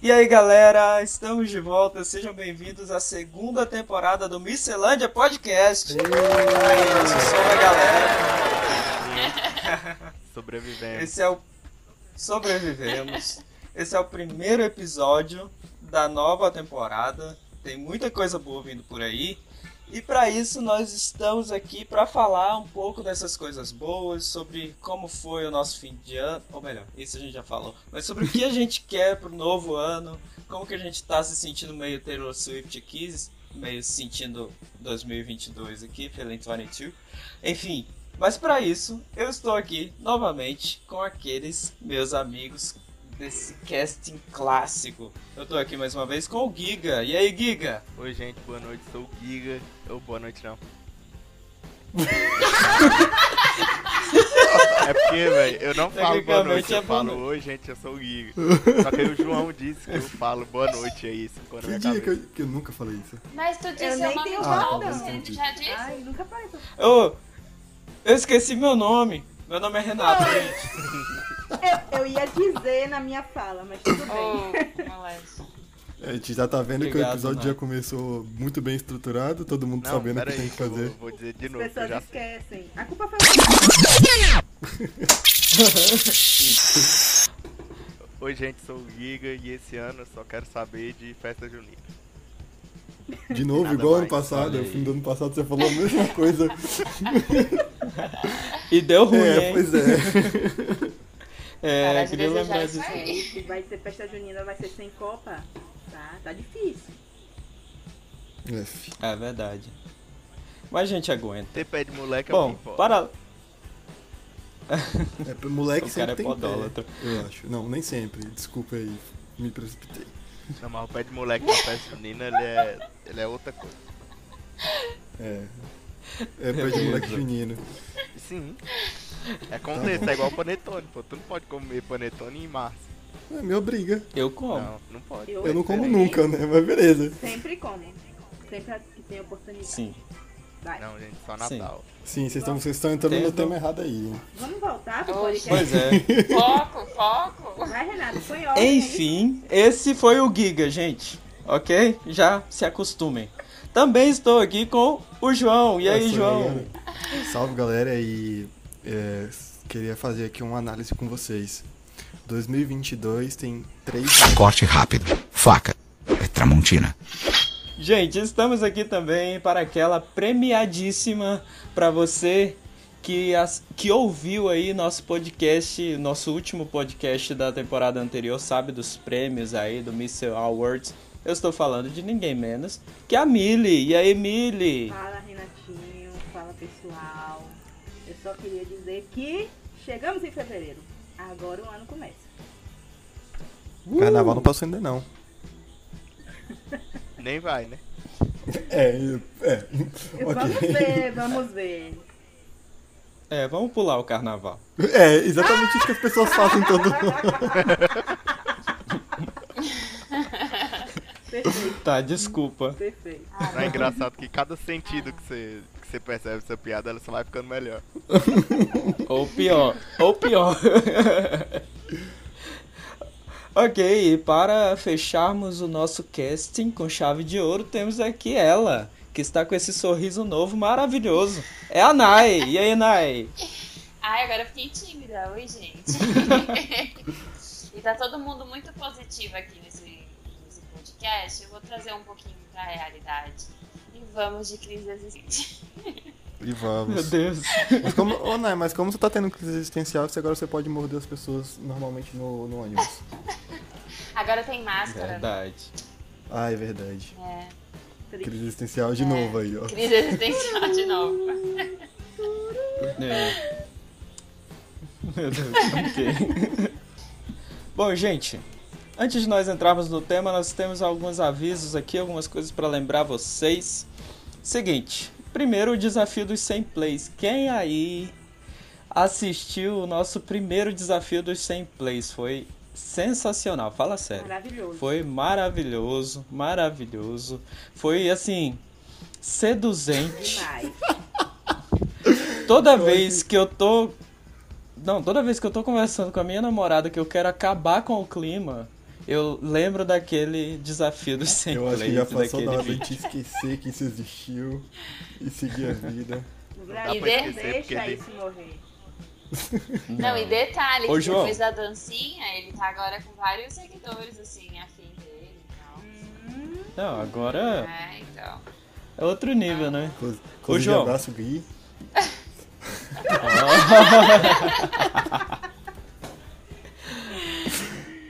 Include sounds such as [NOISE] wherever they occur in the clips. E aí galera, estamos de volta, sejam bem-vindos à segunda temporada do Miscelândia Podcast. Aí, esse som é galera. [LAUGHS] Sobrevivemos. Esse é o. Sobrevivemos. Esse é o primeiro episódio da nova temporada. Tem muita coisa boa vindo por aí. E para isso nós estamos aqui para falar um pouco dessas coisas boas, sobre como foi o nosso fim de ano, ou melhor, isso a gente já falou, mas sobre o que a gente [LAUGHS] quer pro novo ano, como que a gente tá se sentindo meio Taylor Swift aqui, meio se sentindo 2022 aqui, Feeling 22. Enfim, mas para isso eu estou aqui novamente com aqueles meus amigos desse casting clássico. Eu tô aqui mais uma vez com o Giga. E aí, Giga? Oi, gente, boa noite. Sou o Giga. Ou boa noite, não. é porque, velho, eu não falo é boa noite, eu falo noite. oi, gente, eu sou o [LAUGHS] Giga. Só que aí o João disse que eu falo boa noite aí, isso ficou na minha que, eu, que eu nunca falei isso. Mas tu disse eu nem o nome Ah, tá, Você entendi. já disse? Ai, nunca falei pra Eu, eu esqueci meu nome. Meu nome é Renato. Oi. gente. Eu ia dizer na minha fala, mas tudo bem. Ô, moleque. A gente já tá vendo que Obrigado, o episódio Marco. já começou muito bem estruturado, todo mundo Não, sabendo o que pera aí, tem que fazer. Eu vou dizer de As novo, que eu pessoas já sei. esquecem. A culpa foi Oi, gente, sou o Giga e esse ano eu só quero saber de festa junina. De novo, Nada igual ano mais, passado, olha no aí. fim do ano passado você falou [LAUGHS] a mesma coisa. E deu ruim, é, hein? [LAUGHS] pois é. É, queria Cara, às vezes eu já lembrar disso. saí. minha. né? Vai ser festa junina, vai ser sem copa. Tá, tá difícil. É, fi. É verdade. Mas a gente aguenta. Ter pé de moleque é o Bom, que importa. para. É, pro moleque O cara sempre é tem podólatra. pé, Eu acho. Não, nem sempre. Desculpa aí, me precipitei. Não, mas o pé de moleque na festa junina, ele é, ele é outra coisa. É. [LAUGHS] É pé de moleque menino. Sim. [LAUGHS] É contexto, é igual panetone, pô. Tu não pode comer panetone em março. É, me obriga. Eu como. Não, não pode. Eu- Eu não como Peraí. nunca, né? Mas beleza. Sempre como. Sempre que tem oportunidade. Sim. Vai. Não, gente, só Sim. Natal. Sim, vocês estão, vocês estão entrando no Entendo. tema errado aí. hein? Vamos voltar pro Oi, podcast. Pois [LAUGHS] é. Foco, foco. Vai, Renato, põe ordem. aí. Enfim, esse foi o Giga, gente. Ok? Já se acostumem. Também estou aqui com o João. E aí, Essa João? galera. Salve, galera, e é, s- queria fazer aqui uma análise com vocês. 2022 tem três... Corte rápido. Faca. É Tramontina. Gente, estamos aqui também para aquela premiadíssima para você que, as- que ouviu aí nosso podcast, nosso último podcast da temporada anterior, sabe dos prêmios aí do Missile Awards. Eu estou falando de ninguém menos que a Millie. E aí, Millie? Fala, Renatinho. Fala, pessoal. Eu só queria dizer que chegamos em fevereiro. Agora o ano começa. Carnaval não passou ainda, não. Nem vai, né? É, é. Vamos ver, vamos ver. É, vamos pular o carnaval. É, exatamente isso que as pessoas fazem todo ano. Perfeito, Tá, desculpa. perfeito. Ah, Não é engraçado que cada sentido que você, que você percebe essa piada, ela só vai ficando melhor. Ou pior, ou pior. ok, e para fecharmos o nosso casting com chave de ouro, temos aqui ela, que está com esse sorriso novo maravilhoso. É a Nai. E aí, Nai? Ai, agora eu fiquei tímida. Oi, [LAUGHS] gente. e tá todo mundo muito positivo aqui nesse, nesse podcast. Eu vou trazer um pouquinho pra realidade. E vamos de crise existente. E Meu vamos. Deus. Mas como, ô, Nai, mas como você tá tendo crise existencial, você agora você pode morder as pessoas normalmente no, no ônibus. Agora tem máscara. né? Verdade. Ah, é verdade. É. Crise existencial de novo aí, ó. Crise existencial de novo. É. [LAUGHS] Meu Deus, ok. Bom, gente, antes de nós entrarmos no tema, nós temos alguns avisos aqui, algumas coisas para lembrar vocês. Seguinte, primeiro o desafio dos 100 plays. Quem aí assistiu o nosso primeiro desafio dos 100 plays? Foi sensacional, fala sério. Maravilhoso. Foi maravilhoso, maravilhoso. Foi assim, seduzente. Demais. Toda vez que eu tô. Não, toda vez que eu tô conversando com a minha namorada que eu quero acabar com o clima, Eu lembro daquele desafio do sem Eu acho que play, já passou da daquele hora de vídeo. gente esquecer que isso existiu e seguir a vida. O pra Brasil esquecer, porque deixa ele- isso morrer. Não, e detalhe, Ô, que João. depois da dancinha, ele tá agora com vários seguidores, assim, afim dele e tal. Hum, Não, agora É, então. é outro nível, né? Inclu- Inclusive, João. abraço, Gui.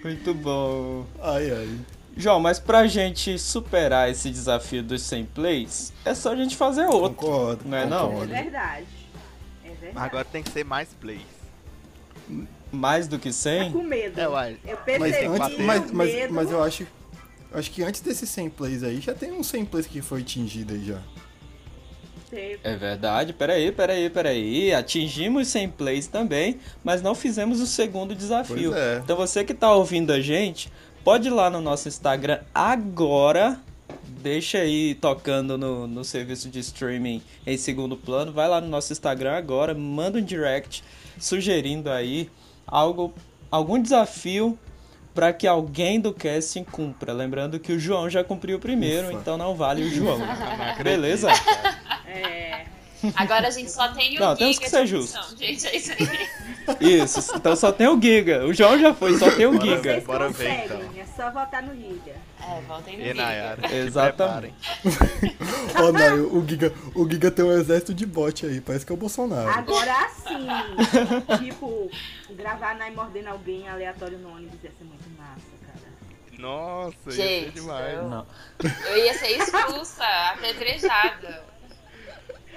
Muito bom. Ai, ai. João, mas pra gente superar esse desafio dos 100 plays, é só a gente fazer outro. Concordo. Não é não? é concordo. verdade. É Mas Ah. verdade. agora tem que ser mais plays. Mais do que Tá 100? com medo. É, uai. Eu Mas, percebi antes, o mas, mas, medo. mas eu acho, acho que antes desses 100 plays aí, já tem uns 100 plays que foi atingido aí [LAUGHS] já. Teve- É verdade, peraí, peraí, peraí. Atingimos 100 plays também, mas não fizemos o segundo desafio. Pois é. Então você que tá ouvindo a gente, pode ir lá no nosso Instagram agora. Deixa aí tocando no, no serviço de streaming em segundo plano. Vai lá no nosso Instagram agora, manda um direct sugerindo aí algo, algum desafio para que alguém do casting cumpra. Lembrando que o João já cumpriu o primeiro, Ufa. então não vale o João. acredito. Beleza? É. Agora a gente só tem o Não, Giga temos que ser de opção, justos. gente, é [LAUGHS] isso aí. Isso, então só tem o Giga. O João já foi, só tem o Bora Giga. Vocês bora ver, conseguem. então. É só votar no Giga. É, voltem no E Nayara, Giga. te Exatamente. preparem. Ó, Nayo, o Giga, o Giga tem um exército de bot aí, parece que é o Bolsonaro. Agora sim. tipo, gravar na e mordendo alguém aleatório no ônibus ia ser muito massa, cara. Nossa, isso é Gente, demais. eu- Não. Eu ia ser expulsa, apedrejada.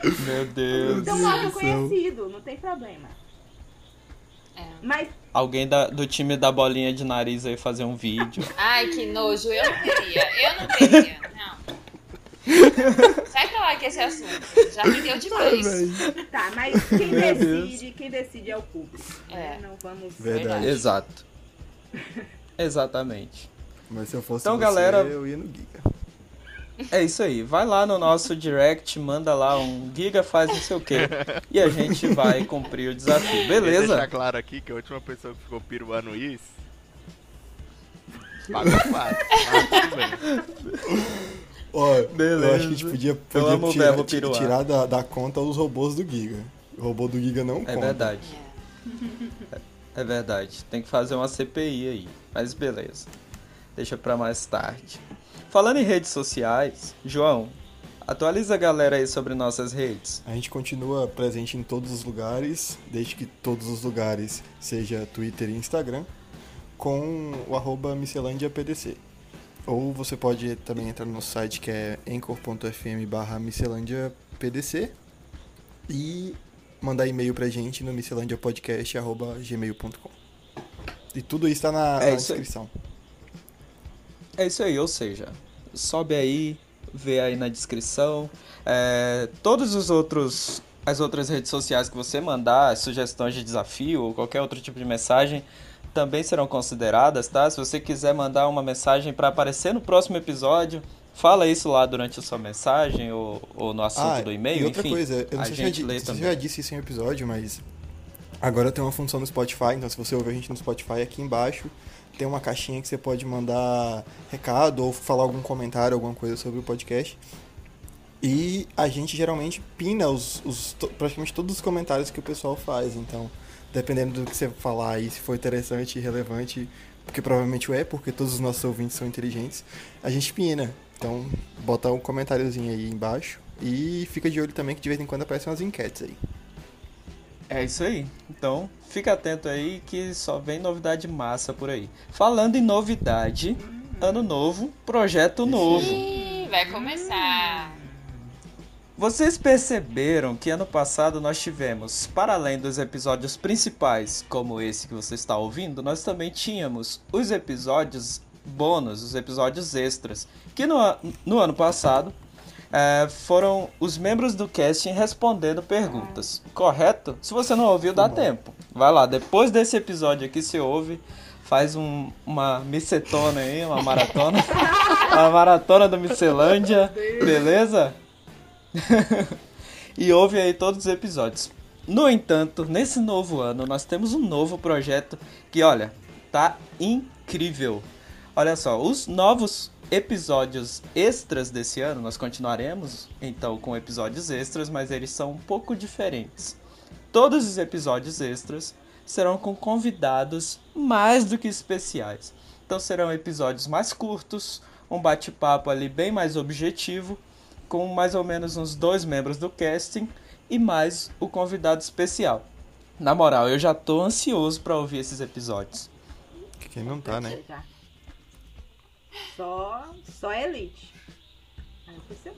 Meu Deus. Então mostra o do céu. conhecido, não tem problema. É. Mas Alguém da- do time da bolinha de nariz aí fazer um vídeo. Ai, que nojo, eu não queria, eu não queria, não. Sai pra lá que esse é assunto já me deu Ai, demais. velho. tá, mas quem Meu decide, quem decide é o público. né? É. Não vamos. Verdade. Exato. Exatamente. Mas se eu fosse Então, você, galera- eu ia no [LAUGHS] Giga. É isso aí. Vai lá no nosso direct, manda lá um Giga faz não sei o quê. E a gente vai cumprir o desafio. Beleza. Beleza? Deixar claro aqui que a última pessoa que ficou piruando isso. Paga quatro. mas tudo bem. Ó, eu Beleza. acho que a gente podia, Eu podia amo o tirar, verbo piruar. tirar da, da conta os robôs do Giga. O robô do Giga não É conta. verdade. É verdade. Tem que fazer uma CPI aí. Mas beleza. Deixa pra mais tarde. Falando em redes sociais, João, atualiza a galera aí sobre nossas redes. A gente continua presente em todos os lugares, desde que todos os lugares, seja Twitter e Instagram, com o arroba miscelândiapdc. Ou você pode também entrar no nosso site que é anchor.fm barra miscelândiapdc e mandar e-mail pra gente no miscelandiapodcast.gmail.com E tudo isso tá na, É na isso aí. descrição. É isso aí, ou seja, sobe aí, vê aí na descrição. É, todos os outros as outras redes sociais que você mandar, sugestões de desafio ou qualquer outro tipo de mensagem também serão consideradas, tá? Se você quiser mandar uma mensagem para aparecer no próximo episódio, fala isso lá durante a sua mensagem ou, ou no assunto do e-mail, Ah, e outra enfim. coisa, eu não a sei se eu gente já, lê di- se eu também. já disse isso em um episódio, mas agora tem uma função no Spotify, então se você ouvir a gente no Spotify, aqui embaixo tem uma caixinha que você pode mandar recado ou falar algum comentário, alguma coisa sobre o podcast. E a gente geralmente pina os, os- to- praticamente todos os comentários que o pessoal faz, então dependendo do que você falar aí, se for interessante e relevante, porque provavelmente é, porque todos os nossos ouvintes são inteligentes, a gente pina. Então, bota um comentáriozinho aí embaixo e fica de olho também que de vez em quando aparecem umas enquetes aí. É isso aí. Então, fica atento aí que só vem novidade massa por aí. Falando em novidade, ano novo, projeto novo. Ih, vai começar. Vocês perceberam que ano passado nós tivemos, para além dos episódios principais, como esse que você está ouvindo, nós também tínhamos os episódios bônus, os episódios extras, que no, a- no ano passado eh, foram os membros do casting respondendo perguntas, correto? Se você não ouviu, dá tempo. Vai lá, depois desse episódio aqui, você ouve, faz um- uma micetona aí, uma maratona, uma maratona do Micelândia, beleza? e ouve aí todos os episódios. No entanto, nesse novo ano, nós temos um novo projeto que, olha, tá incrível. Olha só, os novos episódios extras desse ano, nós continuaremos então com episódios extras, mas eles são um pouco diferentes. Todos os episódios extras serão com convidados mais do que especiais. Então serão episódios mais curtos, um bate-papo ali bem mais objetivo, com mais ou menos uns dois membros do casting e mais o convidado especial. Na moral, eu já tô ansioso para ouvir esses episódios. Quem não tá, né? Já. Só, só elite. Aí você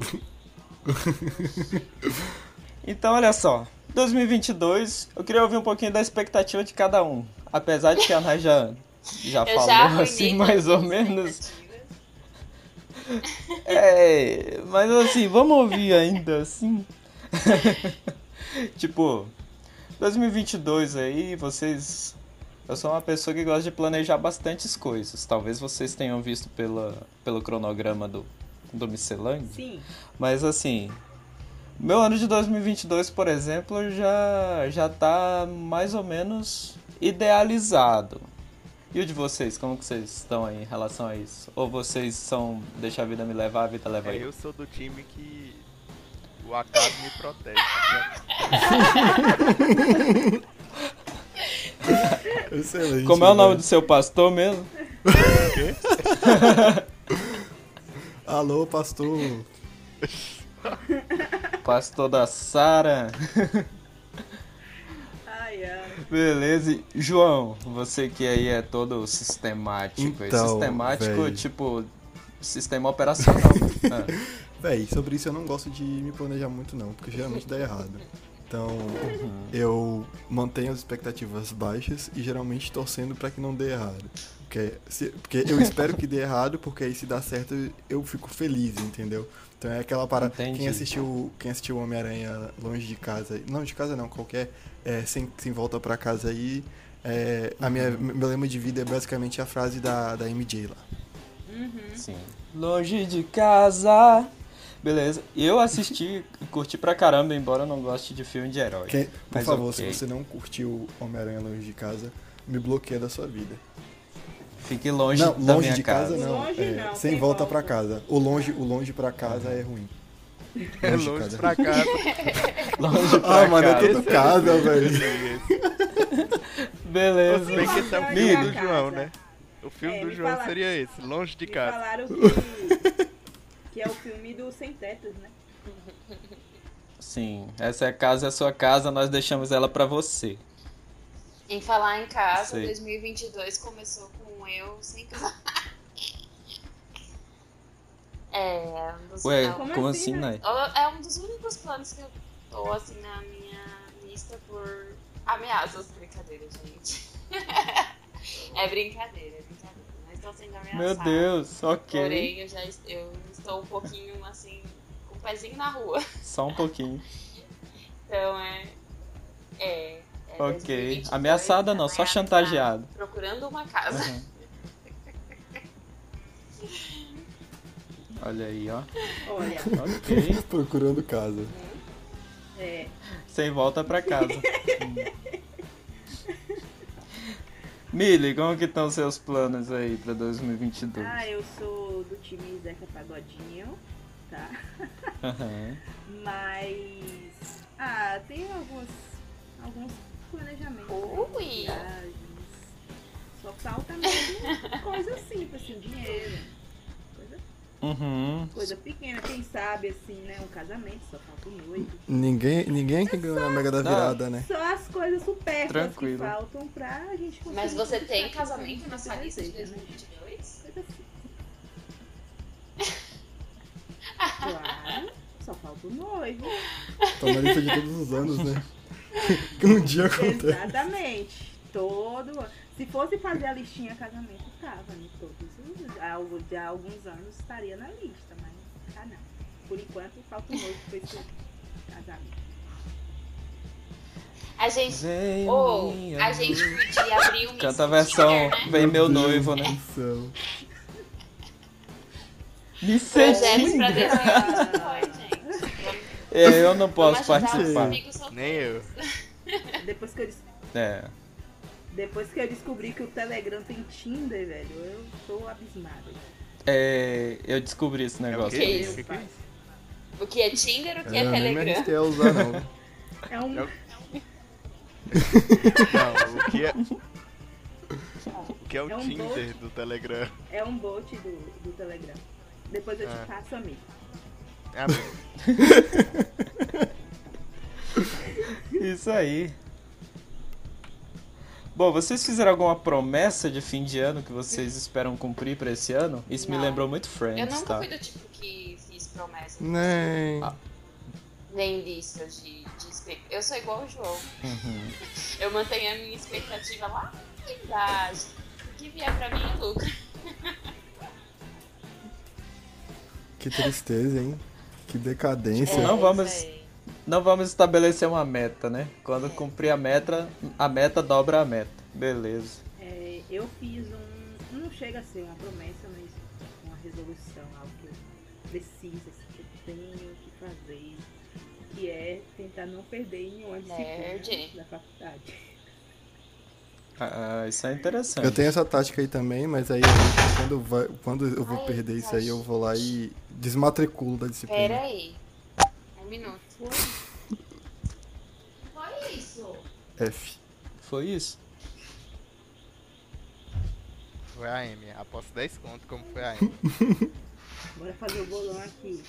Então, olha só. 2022, eu queria ouvir um pouquinho da expectativa de cada um. Apesar de que a Ana já, já Eu falou já arruinei assim, todas mais ou as menos. expectativas. É, mas assim, vamos ouvir ainda assim. [LAUGHS] tipo, 2022 aí, vocês. Eu sou uma pessoa que gosta de planejar bastantes coisas. Talvez vocês tenham visto pela, pelo cronograma do, do Miscelâneo. Sim. Mas assim, meu ano de 2022, por exemplo, já, já tá mais ou menos idealizado. E o de vocês? Como que vocês estão aí em relação a isso? Ou vocês são deixa a vida me levar, a vida leva É, eu? eu sou do time que o acaso me [LAUGHS] protege. né? Excelente. Como é o nome velho. do seu pastor mesmo? Alô, pastor. Pastor da Sara. Ai, ai. Beleza. E, João, você que aí é todo sistemático. aí. Então, sistemático, véi. tipo, sistema operacional. Ah. Véi, sobre isso eu não gosto de me planejar muito não, porque geralmente dá errado. Então, eu mantenho as expectativas baixas e geralmente torcendo pra que não dê errado. Porque, é, se- porque eu espero que dê errado, porque aí se dá certo eu fico feliz, entendeu? Então é aquela parada. Entendi. Quem assistiu quem assistiu Homem-Aranha longe de casa, não de casa não, qualquer, é, sem, sem volta pra casa aí, é, a minha, meu lema de vida é basicamente a frase da, da MJ lá. Sim. Longe de casa. Beleza. Eu assisti, curti pra caramba, embora eu não goste de filme de herói. Quem- por Mas favor, ok. se você não curtiu Homem-Aranha Longe de Casa, me bloqueia da sua vida. Fique longe não, da longe minha de casa. casa, não. Longe é, não, sem sem volta volta. pra casa. O longe, o longe pra casa é [LAUGHS] ruim. É Longe de longe casa. pra [LAUGHS] casa. Longe pra Ah, mano, casa. é tudo casa, velho. Esse Beleza. Bem que esse é o Longe filme pra do casa. João, né? O filme É, do me João fala- seria esse, longe de Me casa. falaram que, que é o filme do Sem Tetos, né? Sim. Essa é a casa, é a sua casa, nós deixamos ela pra você. Em falar em casa, Sei. 2022 começou com um eu sem [LAUGHS] casar. É, um dos, Ué, é, um- como, Como assim, assim, né? é um dos únicos planos que eu tô assim na minha lista por ameaças. Brincadeira, gente. [LAUGHS] é brincadeira, é brincadeira. Não estou sendo ameaçada. Meu Deus, ok. É Porém, eu já est- eu estou um pouquinho assim, com o pezinho na rua. Só um pouquinho. Então é. É. é Ok. 2022, Ameaçada não, só ameaçada, chantageada. então é Procurando uma casa. Uhum. Olha aí, ó. Olha, Ok. Procurando casa. é, Sem volta pra casa. Mili, como que estão seus planos aí pra 2022? ah, eu sou do time Zeca Pagodinho, tá? Aham. Mas. Ah, tem alguns. alguns planejamentos. Ui. né? Viagens. Só falta mesmo coisa simples, assim, dinheiro. Coisa, Uhum. coisa pequena, quem sabe, assim, né? Um casamento, só falta um noivo. Ninguém, ninguém que ganhou na Mega da Virada, né? Só as coisas supérfluas Tranquilo. que faltam pra gente conseguir. [LAUGHS] Mas você conquistar tem aquilo casamento que na você sua lista de deseja, né? 2022? Coisa assim. Claro, só falta o noivo. Tá na lista de todos os anos, né? [LAUGHS] Que um dia acontece. Exatamente. Todo ano. Se fosse fazer a listinha casamento, tava em todos os algo de alguns anos estaria na lista, mas tá não. Por enquanto falta um noivo pra esse casamento. A gente. Vem, Ou minha a gente podia abrir um Canta a Miss versão Tinder, né? Vem Meu Deus Noivo, né? do céu. Me Projetos sentindo. [LAUGHS] pra 2022, gente. Vamos- É, eu não vamos posso ajudar os participar. amigos solteiros. Nem eu. Depois que eu, des- É. Depois que eu descobri que o Telegram tem Tinder, velho, eu tô abismada. É, eu descobri esse negócio. Que Que isso? isso? Que que é isso? O que é Tinder, o que é Eu nem me Telegram? arrisquei a usar, não. É um. É o- Não, o que é. O que é o É um Tinder do Telegram? É um bot do, do Telegram. Depois eu te passo, amigo. [LAUGHS] Ah, bom. Isso aí. Bom, vocês fizeram alguma promessa de fim de ano que vocês esperam cumprir pra esse ano? Isso me Hum. Não. lembrou muito Eu Friends, nunca tá? fui do tipo que fiz promessas, Né? Nem. nem listas de, de expectativa. Eu sou igual o João. Uhum. Eu mantenho a minha expectativa lá na idade. O que vier pra mim é lucro. Que tristeza, hein? Que decadência. Não É, vamos- isso aí. Não vamos estabelecer uma meta, né? Quando cumprir a meta, a meta dobra a meta. Beleza. É, eu fiz um. Não chega a ser uma promessa, mas uma resolução, algo que eu preciso, assim, que eu tenho que fazer. Que é tentar não perder nenhuma disciplina Nerd. da faculdade. [LAUGHS] Ah, isso é interessante. Eu tenho essa tática aí também, mas aí eu- quando, vai- quando eu vou Ai, perder isso tá aí, eu vou lá e desmatriculo da Pera disciplina. aí. Um minuto. Foi isso. É? F. Foi isso? Foi a M. Aposto 10 conto como foi a M. Bora fazer o bolão aqui.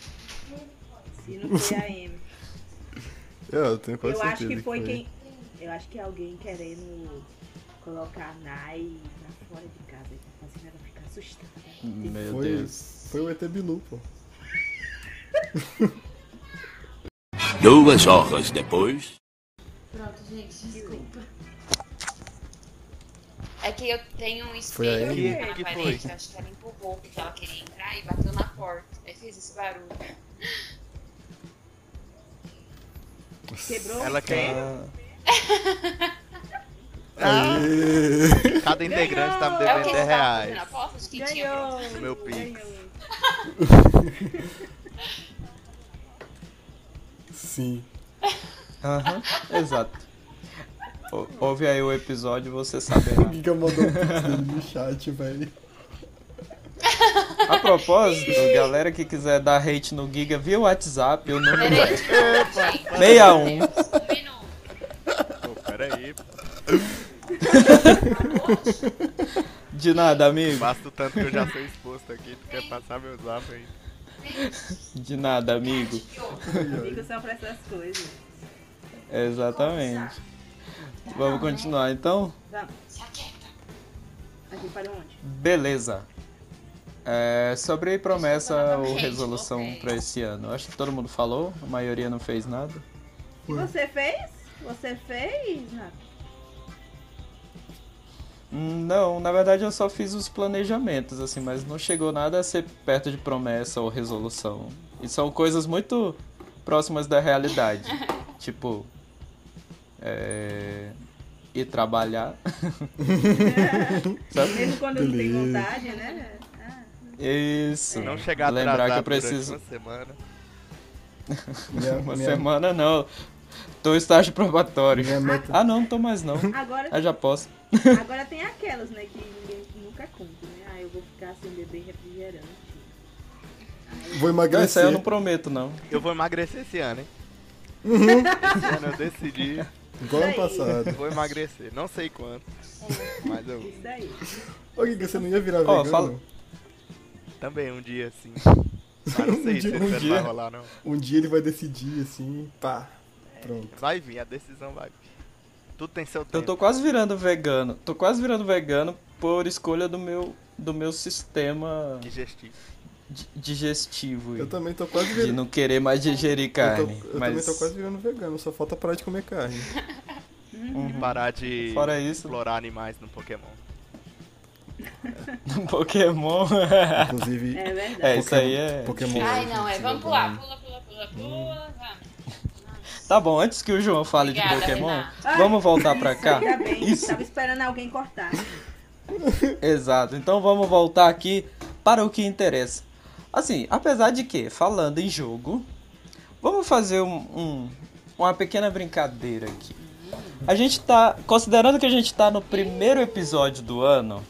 Se não foi a M. É, Eu, eu tenho quase eu certeza acho que foi quem. Eu acho que é alguém querendo colocar a Nai pra fora de casa. e Tá fazendo ela ficar assustada. Meu Foi, Deus. foi o ET Bilu, pô. Duas horas depois. Pronto, gente, desculpa. É que eu tenho um Foi a espelho aqui Amy? na Que foi? parede, acho que ela empurrou porque ela queria entrar e bateu na porta. Aí fez esse barulho. Quebrou? Ela [LAUGHS] quer. Ah, Ah! Cada integrante tá me É o que devendo 10 eles estavam fazendo reais. apostas que tinha Ganhou! pronto. Meu pix. Ganhou. Sim. aham, exato. O- Ouve aí o episódio e você saberá. O Giga mandou um pix dele no chat, velho. A propósito, galera que quiser dar hate no Giga via WhatsApp, o número Peraí, é de novo, gente. 61. Um minuto. Pô, pera aí. De nada, amigo. Basta o tanto que eu já sou exposto aqui. Tu quer passar meu zap aí? De nada, amigo. Fico só pra essas é coisas. Exatamente. Vamos continuar então? Vamos, Se aquieta. a gente parou onde? Beleza. É, sobre promessa ou resolução Ok. pra esse ano. Acho que todo mundo falou, a maioria não fez nada. Você fez? Você fez? Nath? Hum, Não, na verdade eu só fiz os planejamentos, assim, mas não chegou nada a ser perto de promessa ou resolução. E são coisas muito próximas da realidade. tipo. É... Ir trabalhar. Tá Mesmo quando eu não tenho Beleza. vontade, né? Ah, Isso. Não chegar atrasado Hum. Lembrar que eu durante preciso. uma semana. Minha, Uma minha- semana não. Tô em estágio probatório. minha meta Ah não, tô mais não. Agora, Ah, já posso. agora tem aquelas, né, que ninguém nunca cumpre, né? Ah, eu vou ficar sem beber refrigerante. Vou Não, isso aí eu emagrecer. não prometo, não. Eu vou emagrecer esse ano, hein? Uhum. Esse ano eu decidi, Igual ano Isso aí. passado. vou emagrecer. Não sei quanto, mas eu Isso daí. Ô, Giga, você não ia virar Ó, vegano? fala- também um dia assim. Mas não sei [LAUGHS] Um dia, se um esse ano dia. vai rolar, não. Um dia ele vai decidir, assim, pá. Pronto. Vai vir, a decisão vai vir. Tudo tem seu tempo. Eu tô quase virando vegano. Tô quase virando vegano por escolha do meu do meu sistema digestivo. di- digestivo Eu e também tô quase de virando. não querer mais digerir Eu, tô- carne. eu também mas tô quase virando vegano, só falta parar de comer carne. E parar de Uhum. Fora isso- explorar animais no Pokémon. no [LAUGHS] Pokémon. [LAUGHS] Inclusive, [LAUGHS] É verdade. é, isso aí é. Hum. Pokémon. Ai, não, é. gente, Vamos tá pular. bom. Pula, pula, pula, pula. Vamos. Tá bom, antes que o João fale de Obrigada, Pokémon, Renato. vamos voltar pra cá. Ainda bem, Isso. tava esperando alguém cortar. [LAUGHS] Exato. Então vamos voltar aqui para o que interessa. Assim, apesar de que, falando em jogo, vamos fazer um, um- uma pequena brincadeira aqui. A gente tá. Considerando que a gente tá no primeiro episódio do ano,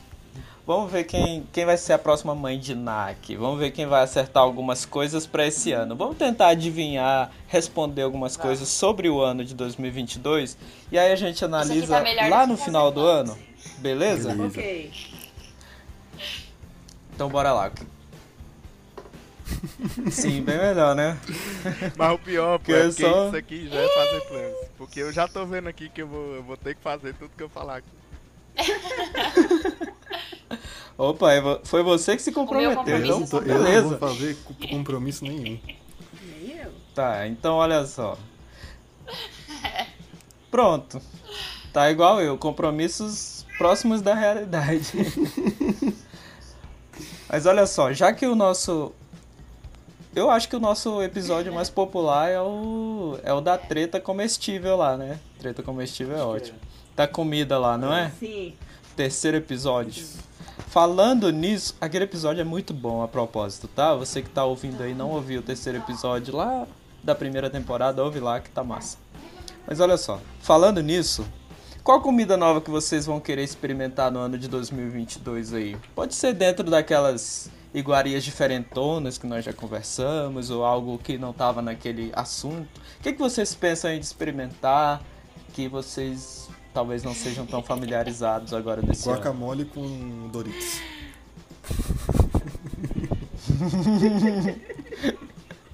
vamos ver quem, quem vai ser a próxima mãe de NAC. Vamos ver quem vai acertar algumas coisas pra esse ano. Vamos tentar adivinhar, responder Tá. algumas coisas sobre o ano de 2022. E aí a gente analisa tá melhor do lá que no fazer final do planos, ano. Beleza? Ok. Então bora lá. [LAUGHS] Sim, bem melhor, né? Mas o pior, Que pô, é eu porque só- isso aqui já é fazer planos. Porque eu já tô vendo aqui que eu vou, eu vou ter que fazer tudo que eu falar aqui. Opa, é vo- foi você que se comprometeu, compromisso então é só- eu tá não vou beleza. fazer cu- compromisso nenhum. Nem eu. Tá, então olha só. Pronto. Tá igual eu, compromissos próximos da [LAUGHS] realidade. Mas olha só, já que o nosso. Eu acho que o nosso episódio mais popular é o. é o da treta comestível lá, né? Treta comestível é ótimo. Da comida lá, não é? Sim. terceiro episódio. Falando nisso, aquele episódio é muito bom a propósito, tá? Você que tá ouvindo aí e não ouviu o terceiro episódio lá da primeira temporada, ouve lá que tá massa. Mas olha só, falando nisso, qual comida nova que vocês vão querer experimentar no ano de 2022 aí? Pode ser dentro daquelas iguarias diferentonas que nós já conversamos ou algo que não tava naquele assunto. O que, que vocês pensam em experimentar que vocês talvez não sejam tão familiarizados agora desse ano? Guacamole com Doritos.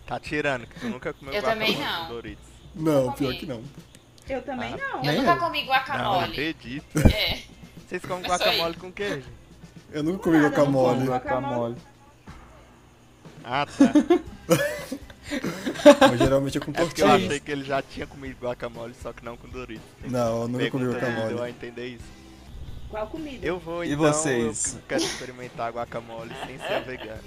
Tá tirando, que tu nunca comeu Eu também guacamole com não. Doritos. Não, Nunca pior comi. que não. Eu Ah, também não. Eu Nem nunca eu. comi Não, não guacamole. acredito. é. Vocês comem Mas só aí. guacamole com queijo? Eu nunca comi Nada, não guacamole. como. Guacamole. Ah, tá. Mas geralmente é com É porque eu tortilha. achei que ele já tinha comido guacamole, só que não com Doritos. Não, eu nunca comi Pergunta aí, deu a guacamole. entender isso. Qual comida? Eu vou, E então, vocês? eu quero experimentar guacamole sem [LAUGHS] ser vegano.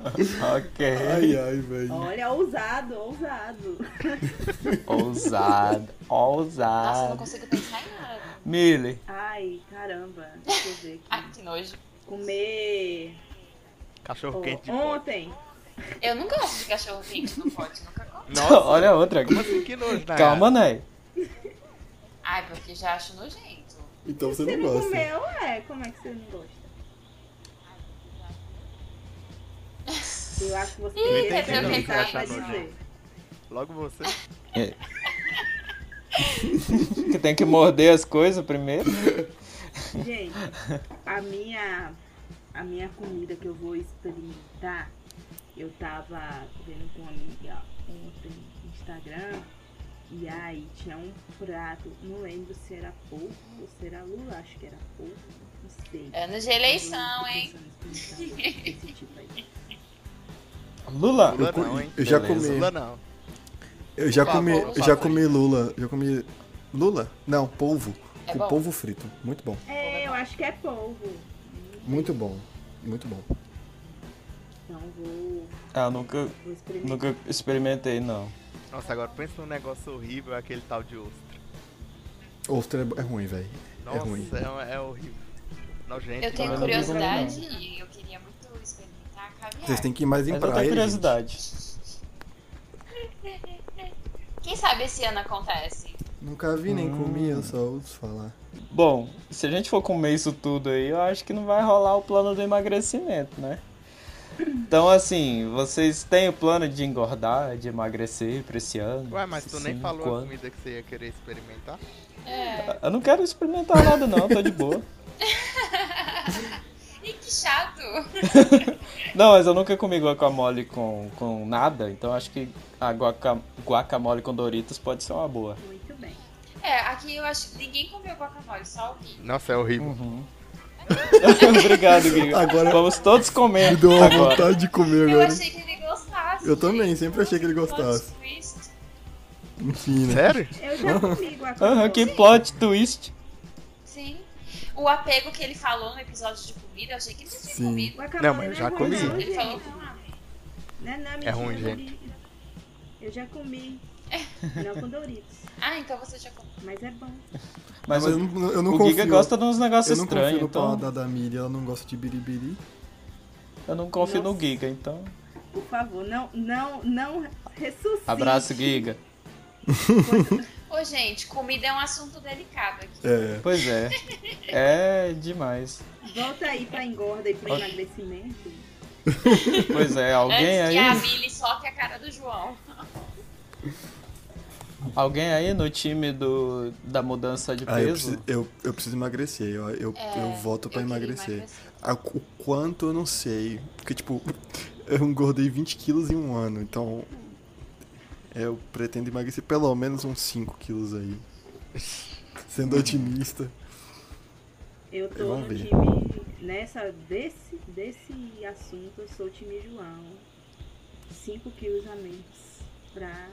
Ok. Ai, ai, velho. Olha, ousado, ousado. [LAUGHS] Ousado. Nossa, eu não Ousado. consigo pensar em nada. Mille, Ai, caramba. Deixa eu ver aqui. Ai, que nojo. Comer. Cachorro Oh, quente de boi. ontem. Eu nunca gosto de cachorro quente no pote, nunca comi. Nossa, [LAUGHS] olha a outra. como assim que nojo, Nayara? Calma, né? Ney. Ai, porque já acho nojento. Então você Você não não gosta. comeu, é? Como é que você não gosta? Eu acho que você Ih, tem que entendeu o que pensar você pra achou, dizer. Logo você. Que tem que morder as coisas primeiro. Gente, a minha, a minha comida que eu vou experimentar, eu tava vendo com uma amiga ontem no Instagram, e aí tinha um prato, não lembro se era polvo ou se era lula, acho que era polvo, não sei. Anos de eleição, hein? Esse tipo aí. Lula. Lula Eu co- não, hein? eu já Beleza. comi. Lula não. Eu já Por comi, favor, eu já por favor. comi lula, já comi lula? Não, polvo, É com bom? polvo frito, muito bom, É, eu acho que é polvo. muito bom, muito bom. Então eu vou, Ah, eu nunca, vou experimentar. nunca experimentei, não. Nossa, agora pensa num negócio horrível, é aquele tal de ostra. Ostra é- é ruim, velho. Nossa, ruim. é, é horrível. Nojento. né? Eu tenho não curiosidade e eu queria muito experimentar caviar. Vocês têm que ir mais em Mas eu tenho praia. gente. curiosidade. Quem sabe esse ano acontece? Nunca vi nem comi, eu só ouço falar. Bom, se a gente for comer isso tudo aí, eu acho que não vai rolar o plano do emagrecimento, né? Então, assim, vocês têm o plano de engordar, de emagrecer pra esse ano? Ué, mas tu Se nem sim, falou a quando? comida que você ia querer experimentar? Eu não quero experimentar nada, não, tô de boa. Ih, que chato! Não, mas eu nunca comi guacamole com, com nada, então acho que a guaca- guacamole com Doritos pode ser uma boa. [LAUGHS] Muito bem. É, aqui eu acho que ninguém comeu guacamole, só alguém. Nossa, é horrível. Uhum. Obrigado, Gui. Agora- Vamos todos comer. Me deu uma agora. vontade de comer Eu agora. achei que ele gostasse. É Eu também, gente. sempre achei que ele Plot gostasse. twist. Enfim, né? Sério? [LAUGHS] Eu já comi guacamole. Aham, que plot twist. Sim. O apego que ele falou no episódio de comida, eu achei que ele tinha Sim. comido. Guacamole Não, mas eu é já ruim, comi. não, Ele falou gente. com a Não, não, É ruim, mentira, Eu já comi. Não com Doritos. Ah, então você já comeu. Mas é bom. Mas, eu o, não, eu não o confio. Giga gosta de uns eu negócios não confio estranhos, no então paladar da Miri, ela não gosta de biribiri. eu não confio no Nossa. Giga, então. Por favor, não, não, não ressuscite. Abraço, Giga. Ô, gente, comida é um assunto delicado aqui. É. Pois é. É demais. Volta aí pra engorda e pra emagrecimento. Pois é, alguém Antes aí. que a Billy soque a cara do João. Alguém aí no time do, da mudança de Ah, eu, peso? preciso, eu, eu preciso emagrecer, eu, eu, É, eu voto pra eu queria emagrecer. A- o quanto eu não sei. Porque, tipo, [LAUGHS] eu engordei 20 quilos em um ano, então. Eu pretendo emagrecer pelo menos uns 5 quilos aí. [LAUGHS] Sendo otimista. Eu tô Vamos no ver. time. Nessa, desse, desse assunto, eu sou o time João. 5 quilos a menos. Pra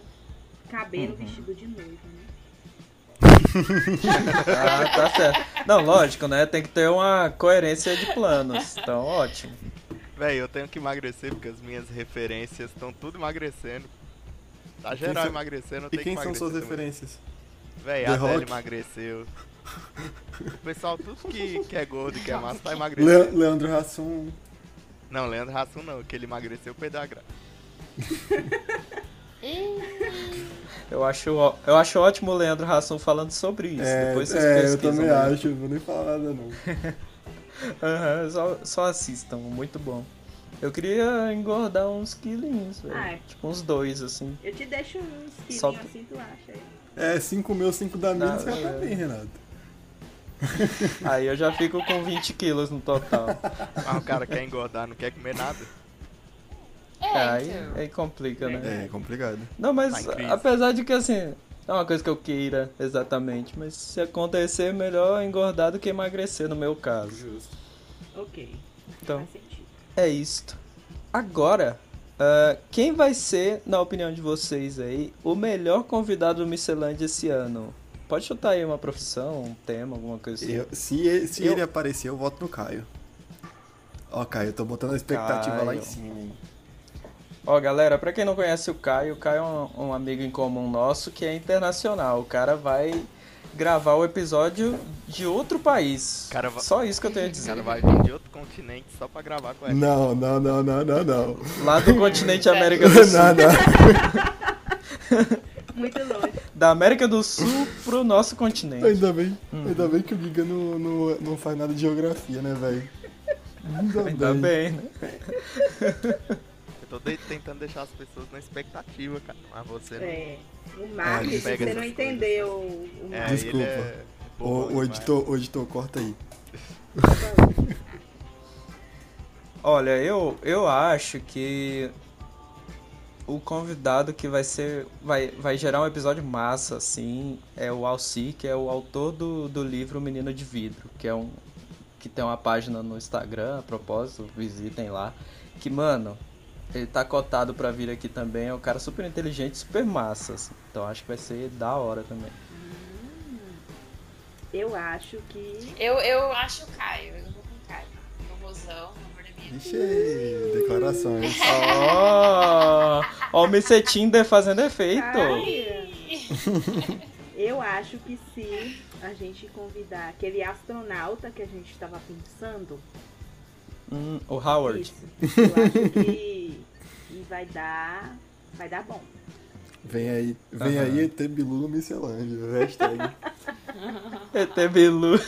caber Uhum. no vestido de noiva, né? Ah, tá certo. Não, lógico, né? Tem que ter uma coerência de planos. Então, ótimo. Véi, eu tenho que emagrecer porque as minhas referências estão tudo emagrecendo. Tá quem geral são- emagrecendo, eu E tenho quem que são emagrecer suas também. referências? Véi, The a Adele Rock? emagreceu. O pessoal, tudo que, que é gordo, que é massa, tá Le- emagrecendo. Leandro Hassum. Não, Leandro Hassum não, que ele emagreceu o pedagra. Eu acho, ó- eu acho ótimo o Leandro Rasson falando sobre isso. É, Depois vocês é, eu pesquisam. também né? acho, não vou nem falar nada não. Aham, só, só assistam, muito bom. Eu queria engordar uns quilinhos, velho. Ah, é. Tipo uns dois, assim. Eu te deixo uns quilinhos Só que- assim, tu acha? aí. É, 5 meu, 5 da minha, Não, você já tá é. bem, Renato. Aí eu já fico com 20 quilos no total. Mas o cara quer engordar, não quer comer nada. [LAUGHS] É, aí, então. aí complica, né? É, complicado. Não, Tá mas em crise. apesar de que assim, não é uma coisa que eu queira exatamente, mas se acontecer, melhor engordar do que emagrecer no meu caso. Ok. Então, Faz sentido. é isto. Agora, ah, quem vai ser, na opinião de vocês aí, o melhor convidado do Miscelândia esse ano? Pode chutar aí uma profissão, um tema, alguma coisa assim. Eu- se ele, se Eu- ele aparecer, eu voto no Caio. Ó, Caio, eu tô botando a expectativa lá em Caio. cima, hein? Ó, galera, pra quem não conhece o Caio, o Caio é um, um amigo em comum nosso que é internacional. O cara vai gravar o episódio de outro país. Cara, va- Só isso que eu tenho a O dizer. cara vai vir de outro continente só pra gravar com ela. Não, não, não, não, não, não. Lá do continente América do Sul. não, é não. Muito longe. Da América do Sul pro nosso continente. Ainda bem, ainda bem que o Giga não, não, não faz nada de geografia, né, velho? Ainda, Ainda bem. bem, né? Eu tô de- tentando deixar as pessoas na expectativa, cara. Mas você não. É. O marketing, ele pega você essas não coisas. entendeu o É, marketing. Desculpa. ele é bobão Ô, o demais. editor, o editor, corta aí. Olha, eu, eu acho que o convidado que vai ser. Vai, vai gerar um episódio massa, assim, é o Alci, que é o autor do, do livro Menino de Vidro, que é um. que tem uma página no Instagram, a propósito, visitem lá. Que, mano, ele tá cotado pra vir aqui também. É um cara super inteligente, super massa, assim. Então acho que vai ser da hora também. Eu acho que. Eu, eu acho o Caio, eu vou com o Caio. Meu mozão, amor da minha vida. Ixi, declarações. Ó, ó o Mr. Tinder fazendo efeito. Ai, [LAUGHS] eu acho que se a gente convidar aquele astronauta que a gente estava pensando, Hum, o Howard. isso, eu acho que, que vai dar. Vai dar bom. Vem aí, vem Aham. aí ET Bilu no Miscelândia, hashtag. ET Bilu.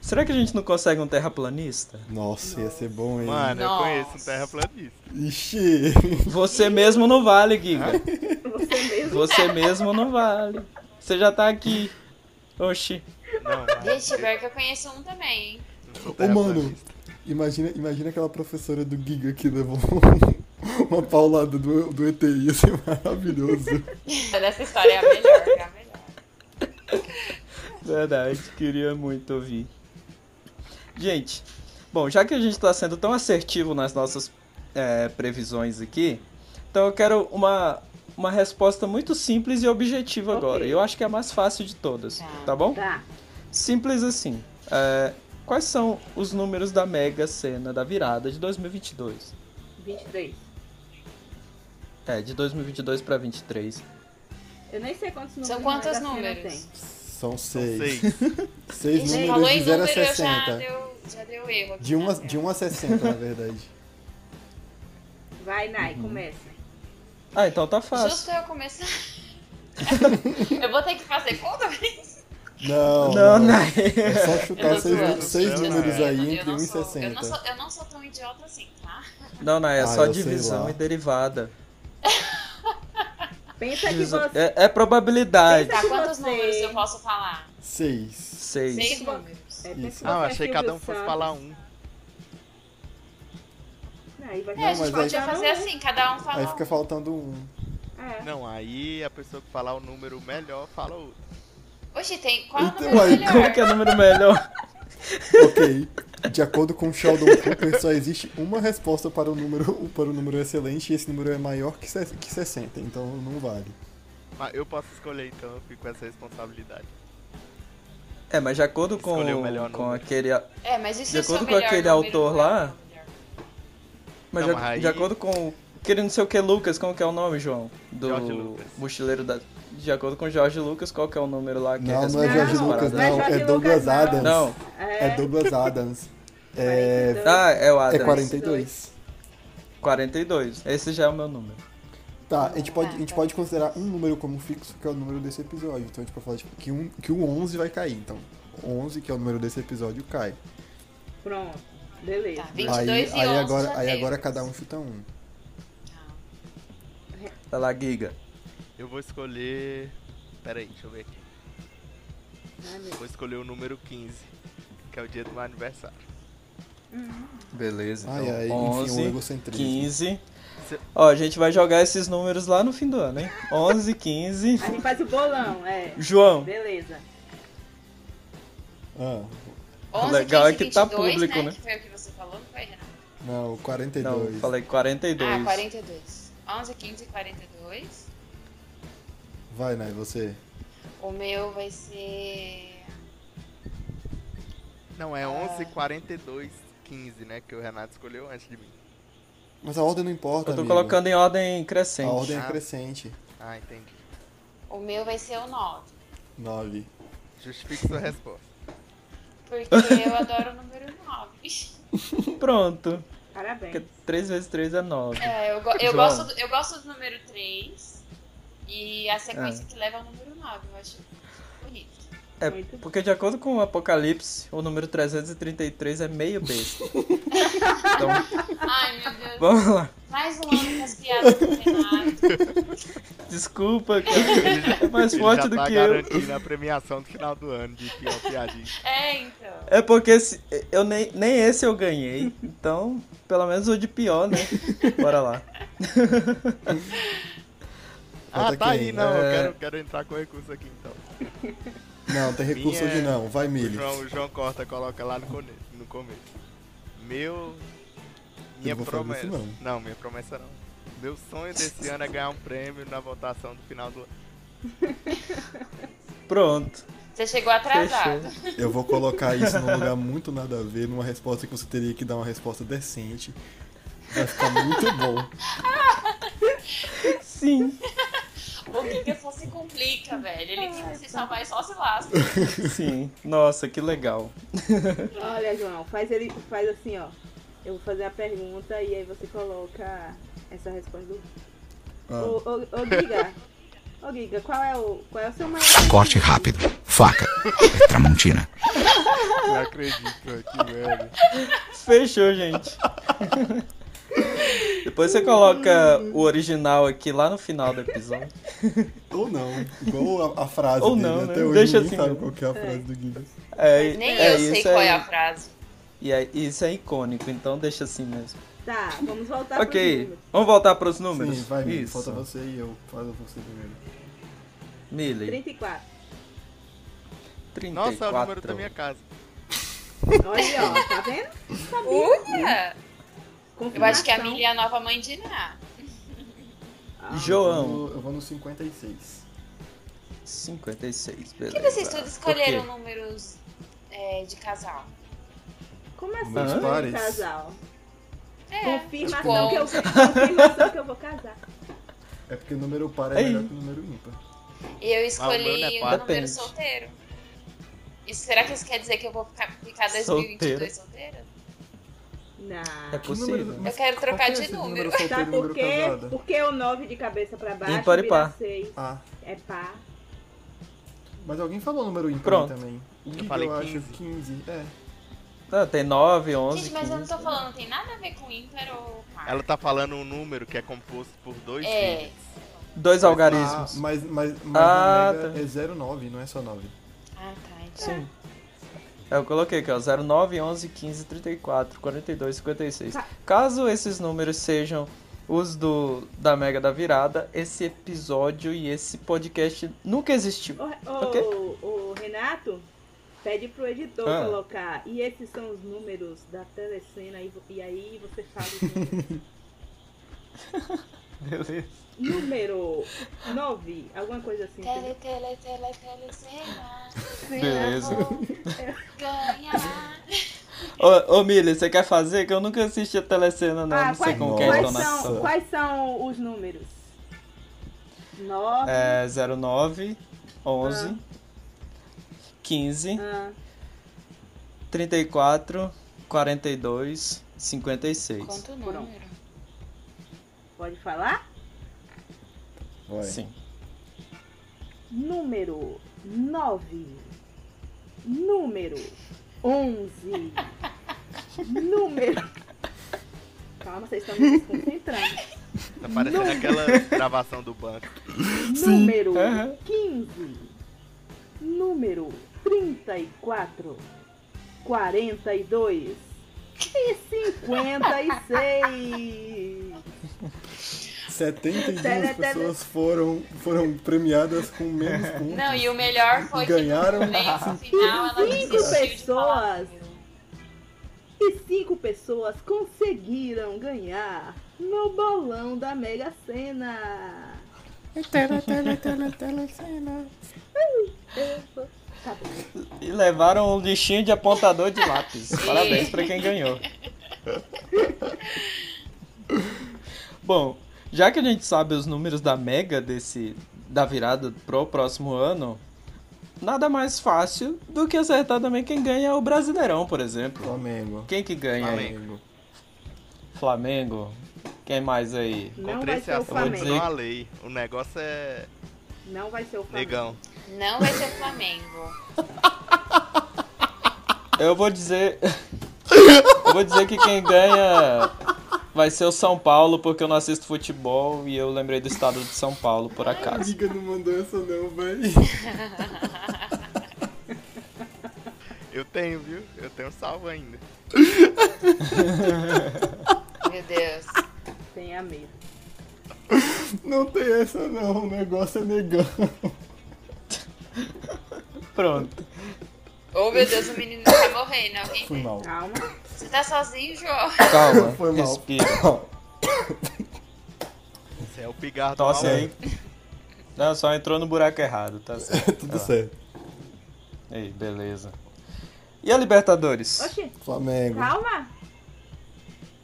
Será que a gente não consegue um terraplanista? Nossa, ia ser bom, hein? Mano, eu Nossa. conheço um terraplanista. Ixi. Você mesmo não vale, Giga. Você mesmo. Você mesmo não vale. Você já tá aqui. Oxi. Não, mano. Deixa eu ver que eu conheço um também, hein? eu não sou Ô, mano. terraplanista. Imagina, imagina aquela professora do Giga que levou um, uma paulada do, do ET, ia ser maravilhoso. Essa história é a melhor, é a melhor. Verdade, queria muito ouvir. Gente, bom, já que a gente tá sendo tão assertivo nas nossas é, previsões aqui, então eu quero uma, uma resposta muito simples e objetiva Ok. agora. Eu acho que é a mais fácil de todas, Tá. tá bom? Tá. Simples assim. É, quais são os números da Mega Sena da virada de 2022? 23. É, de 2022 pra 23. Eu nem sei quantos números. São quantos mas a cena números? tem. São Não seis. [LAUGHS] sei. Seis Gente, números falou em de 0 a número, eu já 60. deu, já deu erro. aqui né? De 1 na a, tela. de um a 60, na verdade. Vai, Uhum. Nai, começa. Ah, então tá fácil. Justo [LAUGHS] eu começar. eu vou ter que fazer conta né? vez. Não, Não, não. Nai. [LAUGHS] É só Eu chutar tô seis, zoando. seis Eu tô números zoando. aí Eu entre não 1 e sou- Eu não, 60. sou, eu não sou tão idiota assim, tá? [LAUGHS] Não, Nai, é Ah, só eu sei divisão lá. e derivada. Pensa que Divisão- você. É, é probabilidade. Pensa- Tá, que quantos você- números eu posso falar? 6. Seis. Seis Isso. números. É, Isso. pensa que Ah, eu você é achei que Silvio cada um fosse Santos. falar um. Não, aí vai um É, a ficar- gente mas podia aí- fazer assim, cada um fala Aí fica faltando um. É. Não, aí a pessoa que falar o número melhor fala outro. um. Oxi, tem qual o Então, número aí, melhor? Como que é o número melhor? Ok. De acordo com Sheldon Cooper, só existe uma resposta para o número, para o número excelente e esse número é maior que, se- que 60, então não vale. Mas eu posso escolher, então eu fico com essa responsabilidade. É, mas de acordo com, Escolheu o melhor com número. aquele. É, mas e se De o seu acordo com melhor aquele número autor não é o lá, meu melhor? Mas Não, de, mas de aí- acordo com aquele não sei o que Lucas, como que é o nome, João? Do Jorge Lucas. mochileiro da. De acordo com Jorge Lucas, qual que é o número lá que Não, não responde é George essas Não, Lucas, paradas? não é não. George É Douglas Lucas, não. Adams. Não. É, É Douglas Adams. É, 42. Ah, é o Adams. é 42. 42. Esse já é o meu número. Tá, a gente, pode, a gente pode considerar um número como fixo, que é o número desse episódio. Então a gente pode falar tipo, que, um, que o 11 vai cair. Então, 11, que é o número desse episódio, cai. Pronto. Beleza. Tá, Aí, 22 e 11 aí, agora, já aí temos. agora cada um chuta um. Vai Tá lá, Giga. Eu vou escolher. Pera aí, deixa eu ver aqui. Ai, meu- Vou escolher o número 15, que é o dia do meu aniversário. Beleza. Ai, então, ai, enfim, um 11, egocentrismo. 15. Se- Ó, a gente vai jogar esses números lá no fim do ano, hein? 11, 15. A gente faz o bolão, é. João, Beleza. Ah, 11, legal é 15, que tá 22, público, né? né? Que foi o que você falou, não foi, Renato? não, não, 42. falei 42. Ah, 42. 11, 15, 42. Vai, Nai, você. O meu vai ser. Não, é 11, 42, 15, né? Que o Renato escolheu antes de mim. Mas a ordem não importa, Eu tô amigo. colocando em ordem A crescente. ordem é Ah. crescente. Ah, entendi. O meu vai ser o 9. 9. Justifique sua resposta. [LAUGHS] Porque eu adoro o número 9. Pronto. Parabéns. Porque 3 vezes 3 é 9. É, eu, go- eu João. gosto, do- eu gosto do número 3. E a sequência Ah. que leva ao número 9. Eu acho bonito. É, Muito. porque de acordo com o Apocalipse, o número 333 é meio besta. então, Ai, meu Deus. vamos lá. Mais um ano com as piadas do Renato. Desculpa, cara. É mais Ele forte já do tá que eu. garantindo a premiação do final do ano de pior piadinha. É, então. É porque se- eu nem, nem esse eu ganhei. Então, pelo menos o de pior, né? Bora lá. ah, Falta tá quem? aí, não. É. Eu quero, quero entrar com recurso aqui, então. Não, tem recurso Minha- hoje não. Vai, O Milho. João, o João corta, coloca lá no, cone- no começo. Meu. Minha Eu não vou fazer promessa. isso, não. não, minha promessa não. Meu sonho desse ano é ganhar um prêmio na votação do final do ano. Pronto. Você chegou atrasado. Fechou. Eu vou colocar isso num lugar muito nada a ver, numa resposta que você teria que dar uma resposta decente. Vai ficar muito bom. Sim, O Giga só se complica, velho. Ele tenta se salvar e só se lasca. sim. Nossa, que legal. Olha, João, faz ele faz assim, ó. Eu vou fazer a pergunta e aí você coloca essa resposta do. Ah. Ô, ô, ô [LAUGHS] Giga. Ô Giga, qual é o. Qual é o seu maior. Corte rápido. Faca. É Tramontina. Não acredito, que merda. Fechou, gente. Depois você coloca o original aqui lá no final do episódio. Ou não. Igual a, a frase Ou dele. não, né? Até hoje Deixa ninguém assim sabe mesmo. qual que é a frase do Guilherme. É, Nem é eu sei isso qual aí. é a frase. E aí, isso é icônico, então deixa assim mesmo. Tá, vamos voltar pros ok, números. vamos voltar pros números? Sim, vai, Milho. Isso. Falta você e eu. Fala você primeiro. Millie, 34. 34. Nossa, é o número da minha casa. Olha aí, ó, tá vendo? Uia! Eu acho que a Confirmação. Milly é a nova mãe de Iná. Ah, Eu João, vou, no- eu vou no 56. 56, beleza. Por é- que vocês todos escolheram Por quê? números é, de casal? Como assim, Meus eu vou pares. casal? É, Confirmação tipo, que, eu, confirmação que eu vou casar. É porque o número par é Ei. melhor que o número ímpar. eu Ah, né? o meu não é escolhi o quatro. número Depende. solteiro. Isso, será que isso quer dizer que eu vou ficar, ficar 2022 solteira? É Não. possível. Eu quero trocar é de número. Sabe por porque... quê? Porque é o 9 de cabeça pra baixo, Ímpar e vira par. 6. Ah, É par. mas alguém falou o número ímpar Pronto. também. Ímpar, falei eu 15. acho 15. É. Tá, tem 9, 11, Gente, mas eu não 15. tô falando, tem nada a ver com ímpar ou par. Ela tá falando um número que é composto por dois É. dígitos. Dois Ah, algarismos. mas, mas, mas Ah, na tá. Mega é 09, não é só 9. Ah, tá. Então. Sim. É, Eu coloquei aqui, ó, 09, 11, 15, 34, 42, 56. Tá. Caso esses números sejam os do da Mega da Virada, esse episódio e esse podcast nunca existiu. Ô, Ok. ô, ô, Renato, pede pro editor Ah. colocar. E esses são os números da telecena. E, vo- e aí você fala os números. Beleza. número 9, alguma coisa assim. Tele, tele, tele, tele, cena. Beleza. Ganhar. Ô, ô Milly, você quer fazer? Que eu nunca assisti a telecena, não. Ah, não sei quais, como que é a quais entonação. são, quais são os números? 9, É 09, 11, 15, 34, 42, 56. Quanto o número? pode falar? Vai. Sim. Número 9. Número 11. número. Calma, vocês estão me desconcentrando. Tá parecendo aquela gravação do banco. Número Aham. 15. Número 34. 42. E 56. 72 Tele- pessoas foram, foram premiadas com menos um. pontos. Não, e o melhor foi Ganharam. que no no final ela Cinco desistiu de falar pessoas. o número. E cinco pessoas conseguiram ganhar no bolão da Mega Sena. E levaram um lixinho de apontador de lápis. Parabéns pra quem ganhou. Bom, já que a gente sabe os números da Mega desse da virada pro próximo ano, nada mais fácil do que acertar também quem ganha o Brasileirão, por exemplo. Flamengo. Quem que ganha? aí? Flamengo. Flamengo. Quem mais aí? Não Contra vai esse ser o assunto, Flamengo. não há lei. O negócio é Não vai ser o Flamengo. negão. Não vai ser o Flamengo. Eu vou dizer. eu vou dizer que quem ganha vai ser o São Paulo, porque eu não assisto futebol e eu lembrei do estado de São Paulo, por A acaso. Liga não mandou essa não, velho. Eu tenho, viu? Eu tenho salvo ainda. Meu Deus. Tenha medo. Não tem essa não, o negócio é negão. Pronto. Oh, meu Deus, o menino tá morrendo. Alguém... Foi mal. Calma. Você tá sozinho, João? Calma, Foi mal. [LAUGHS] respira. Você é o pigarro do Tosse mal. aí. Não, só entrou no buraco errado, tá certo. é Tudo certo. Ei, beleza. E a Libertadores? Oxi, Uhum. Flamengo. calma.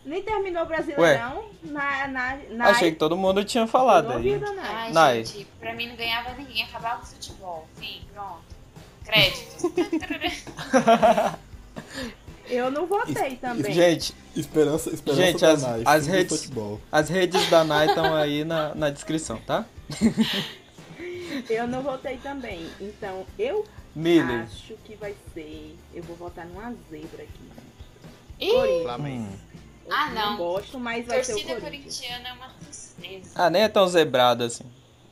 Nem terminou o Brasileirão. Na, na, na, Achei que todo mundo tinha falado Não aí. ouviu, Danai. Ai, Nai. gente, pra mim não ganhava ninguém. Acabava o futebol. Fim, pronto. [LAUGHS] Créditos. Eu não votei [LAUGHS] também. Gente, Esperança, esperança Gente, da as- Nike, as do redes- Futebol. as redes da Nai estão aí na, na descrição, tá? Eu não votei também. Então, eu Miller, acho que vai ser. Eu vou votar numa zebra aqui. Ih, Flamengo. Eu Ah, não. gosto, mas vai ser o torcida Corinthians. corintiana é uma tristeza. Ah, nem é tão zebrado assim.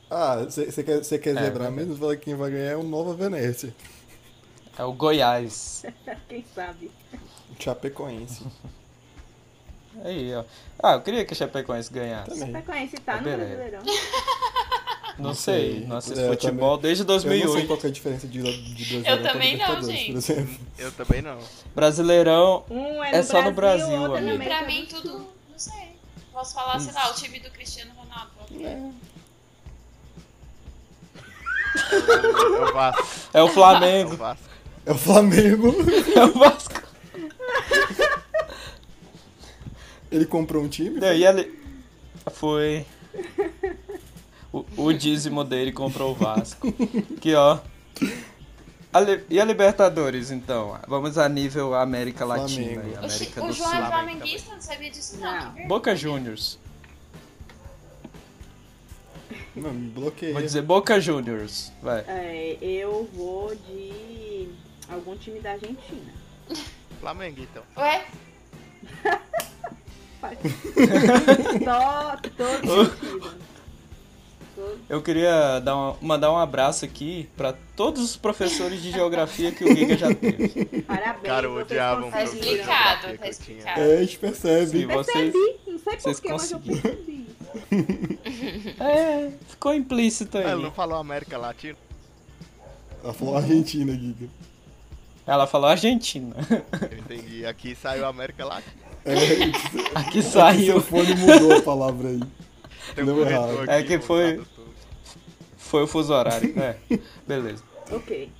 Ah, você quer, cê quer É, zebrar menos? Fala que quem vai ganhar é o Nova Venécia. É o Goiás. Quem sabe? Chapecoense. Aí, ó. Ah, eu queria que a Chapecoense ganhasse. Também. Até conhece, É. tá no Ah, Beleza. Brasileirão. Não sei, sei. não assisto Tá É, eu futebol desde Eu não sei 2008. qual que é a diferença de, de Brasileirão pra também não, Libertadores, gente. por exemplo. Eu também não. Brasileirão, Um é, É só no Brasil, outro é na amigo. América Pra mim, do Sul. tudo, não sei. Posso falar, sei lá, o time do Cristiano Ronaldo. É o Vasco. é o É o [LAUGHS] Flamengo, Vasco. É o Flamengo. [LAUGHS] é o Vasco. Ele comprou um time? Não, e ele foi o, o dízimo dele comprou o Vasco. Aqui, ó. A li- E a Libertadores, então? Vamos a nível América Latina Flamengo. e Oxi, América o do João é Sul. flamenguista, não sabia disso não. Não. que vergonha. Boca Juniors. Não, me bloqueia. É. Vou dizer Boca Juniors. Vai. É, eu vou de algum time da [LAUGHS] Argentina. Flamengo, então. Ué? Só todo sentido. Todo- Eu queria dar uma- mandar um abraço aqui pra todos os professores de geografia que o Giga já [LAUGHS] teve. Parabéns. Cara, eu vocês odiava um Tá professor de conseguiram. geografia explicado, tá que eu tinha. explicado. É, a gente Se percebe. vocês. Percebi, não sei vocês porquê, mas eu conseguiram. percebi. É, ficou implícito Ah, Ele não aí. falou América Latina? Ela falou Argentina, Giga. Ela falou Argentina. Eu entendi. Aqui saiu América Latina. É, Aqui o saiu. fone mudou a palavra aí. Tem um Não, corretor errado. aqui, É que um foi- tradutor. Foi o fuso horário. É, beleza. Ok.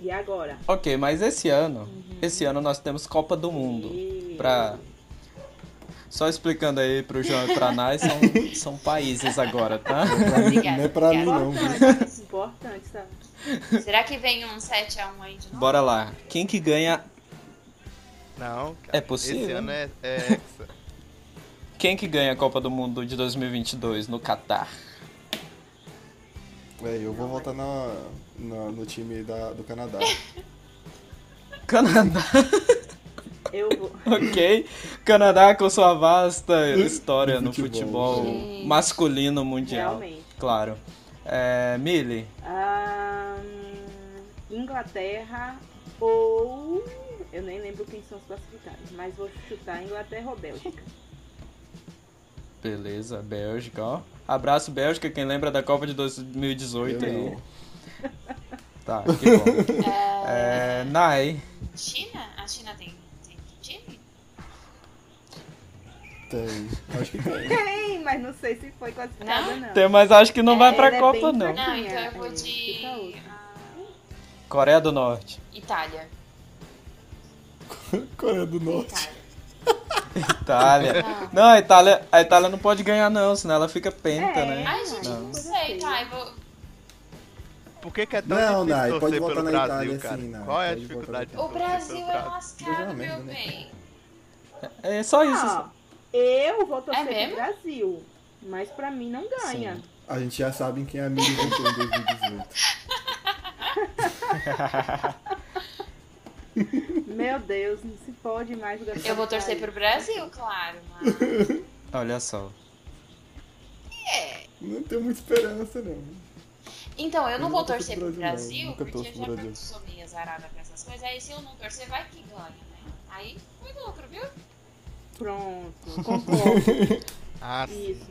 E agora? Ok, mas esse ano, esse ano nós temos Copa do Mundo. E- Pra. Só explicando aí pro João e pra Nai, são, são países agora, tá? Pra mim, Obrigada, não é pra mim, obrigada. não. viu? Importante, importante, tá? sabe? Será que vem um 7x1 aí de novo? Bora lá. Quem que ganha. Não, cara. É possível? Esse [LAUGHS] ano é, é hexa. Quem que ganha a Copa do Mundo de 2022 no Catar? Véi, É, eu vou voltar na, na- no time da, do Canadá. Canadá, Eu vou. ok. Canadá com sua vasta história Do no futebol. futebol Gente. masculino mundial. Realmente. Claro. É, Mili, Ahn, Inglaterra ou. Eu nem lembro quem são os classificados, mas vou chutar Inglaterra ou Bélgica. beleza, Bélgica, ó. Abraço, Bélgica, quem lembra da Copa de 2018 Eu aí. não. Tá, que [LAUGHS] bom. É, Nai, China? A China tem, tem time? Tem. Acho que tem. Tem, mas não sei se foi classificada, não. tem, mas acho que não vai ela pra é Copa, bem não. fraca. Não, então eu é, vou de fica outra. ah, Coreia do [LAUGHS] Norte. Itália. [LAUGHS] Coreia do Norte. Itália. Itália. Não, a Itália, a Itália não pode ganhar, não, senão ela fica penta, É. né? Ai, gente, Não. não, sei, tá, eu vou... Por que, que é tão difícil Não, Nai, torcer pode pelo votar na Brasil, Itália, cara? sim, Nai, Qual é a pode votar na dificuldade de O torcer Brasil pelo Brasil? é Brasil é lascado, uma merda, meu né? bem. É só isso. Ó, eu vou torcer É pro mesmo? Brasil, mas pra mim não ganha. Sim. [LAUGHS] A gente já sabe em quem a Miri votou em 2018. Meu Deus, não se pode mais o Gabriel Eu vou torcer sair. pro Brasil, claro, mas... Olha só. Não tenho muita esperança, não. Então, eu não Eu vou nunca torcer pro torço pro Brasil, Brasil, não. Nunca porque eu torço já pro Brasil. sou meio azarada pra essas coisas. Aí se eu não torcer, vai que ganha, né? Aí foi lucro, viu? Pronto, concordo. Ah, sim. Isso.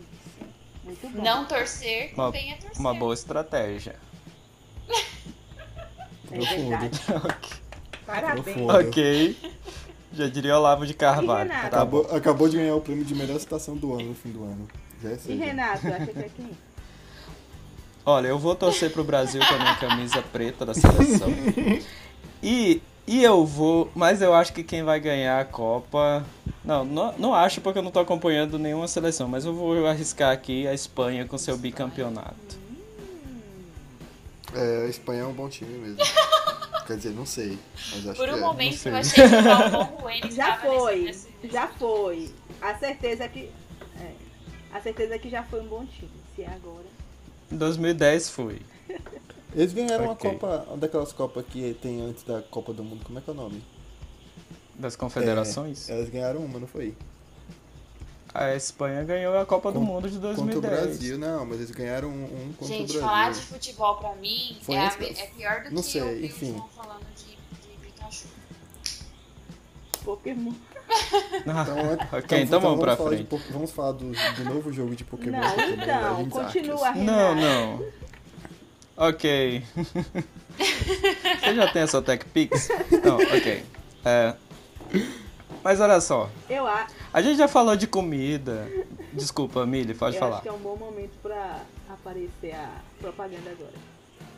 Muito bom. Não torcer Uma- também é torcer. Uma boa estratégia. é verdade. Parabéns. Profundo. ok. Já diria Olavo de Carvalho. E Renato? Tá bom. Acabou, acabou de ganhar o prêmio de melhor citação do ano no fim do ano. Já é E cedo. Renato, acha que é quem? Olha, eu vou torcer pro Brasil com a minha camisa preta da [LAUGHS] seleção. E, e eu vou. Mas eu acho que quem vai ganhar a Copa. Não, não, não acho porque eu não tô acompanhando nenhuma seleção, mas eu vou arriscar aqui a Espanha com seu bicampeonato. É, a Espanha é um bom time mesmo. Quer dizer, não sei. Mas acho Por que um é. momento sei. eu achei que o Galvão Bueno Já estava foi, nesse- nesse- já foi. A certeza é que. é, a certeza é que já foi um bom time. Se é agora. Em 2010 fui. Eles ganharam Ok. a Copa, uma daquelas Copas que tem antes da Copa do Mundo. Como é que é o nome? Das confederações? É, elas ganharam uma, não foi? A Espanha ganhou a Copa do Con- Mundo de Contra o 2010. [LAUGHS] Brasil, não, mas eles ganharam um, um contra Gente, o Brasil. falar de futebol pra mim Foi é, a, antes me- da- é pior do não que sei, eu vi enfim. o João falando de, de Pikachu. Pokémon. Então, é- ok, então, vamos pra falar de frente. po- vamos falar do, do novo jogo de Pokémon. Não, Pokémon então, Legends [LAUGHS] continua, [LAUGHS] Arceus. Renato. Não, não. [LAUGHS] Ok. Você já tem a sua TechPix? Não, ok. É. Mas olha só, Eu, a, a gente já falou de comida. Desculpa, Mili, pode eu acho falar. que é um bom momento pra aparecer a propaganda agora.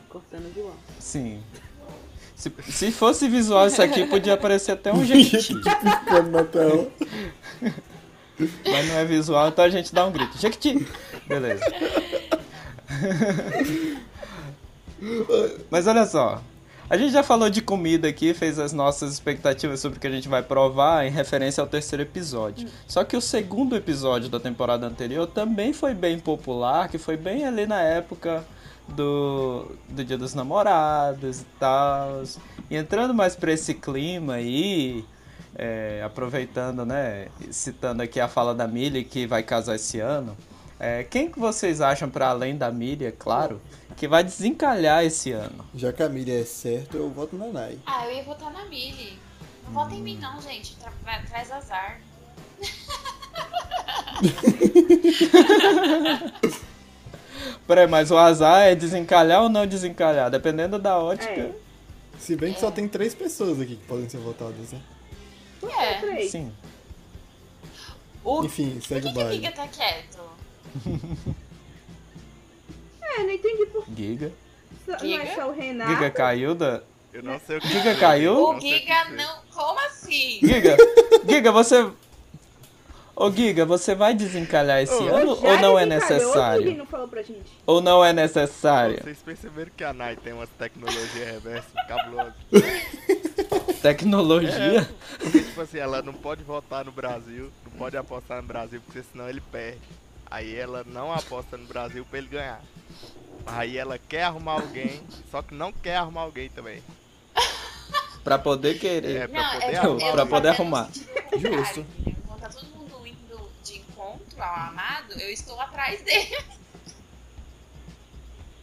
Cortando o João. Sim. Se, se fosse visual isso aqui, podia aparecer até um jequiti. Ficando na tela. Mas não é visual, então a gente dá um grito. Jequiti! Beleza. Mas olha só, A gente já falou de comida aqui, fez as nossas expectativas sobre o que a gente vai provar em referência ao terceiro episódio. Só que o segundo episódio da temporada anterior também foi bem popular, que foi bem ali na época do, do Dia dos Namorados e tal. E entrando mais pra esse clima aí, é, aproveitando, né, citando aqui a fala da Millie que vai casar esse ano, é, quem que vocês acham, para além da Millie, é claro, que vai desencalhar esse ano? Já que a Miriam é certo, eu voto na Nai. Ah, eu ia votar na Millie. Não vota em mim não, gente. Tra- vai- traz azar. Peraí, mas o azar é desencalhar ou não desencalhar? Dependendo da É, ótica. é. Se bem que só tem três pessoas aqui que podem ser votadas, né? É. Três. Sim. O... Enfim, Por segue que, o que o baile. Giga tá quieto? É, não entendi por Giga. que não é Giga? só o Renato. Giga caiu da. Eu não sei o que. Giga dizer, caiu? eu O não sei Giga que dizer. não. Como assim? Giga! Giga, você. Ô Giga, você vai desencalhar esse Ô, ano Já ou não é desencalhou, necessário? Ninguém não falou pra gente. Ou não é necessário? Vocês perceberam que a Nai tem umas tecnologias reversas cabulosas. Tecnologia? Porque, tipo assim, ela não pode votar no Brasil, não pode apostar no Brasil, porque senão ele perde. Aí ela não aposta no Brasil pra ele ganhar. Aí ela quer arrumar alguém, só que não quer arrumar alguém também. Pra poder É, querer. pra Não, poder é arrumar. Pra eu poder fazendo arrumar. no sentido contrário, Justo. entendeu? Enquanto tá todo mundo indo de encontro ao amado, eu estou atrás dele. [LAUGHS]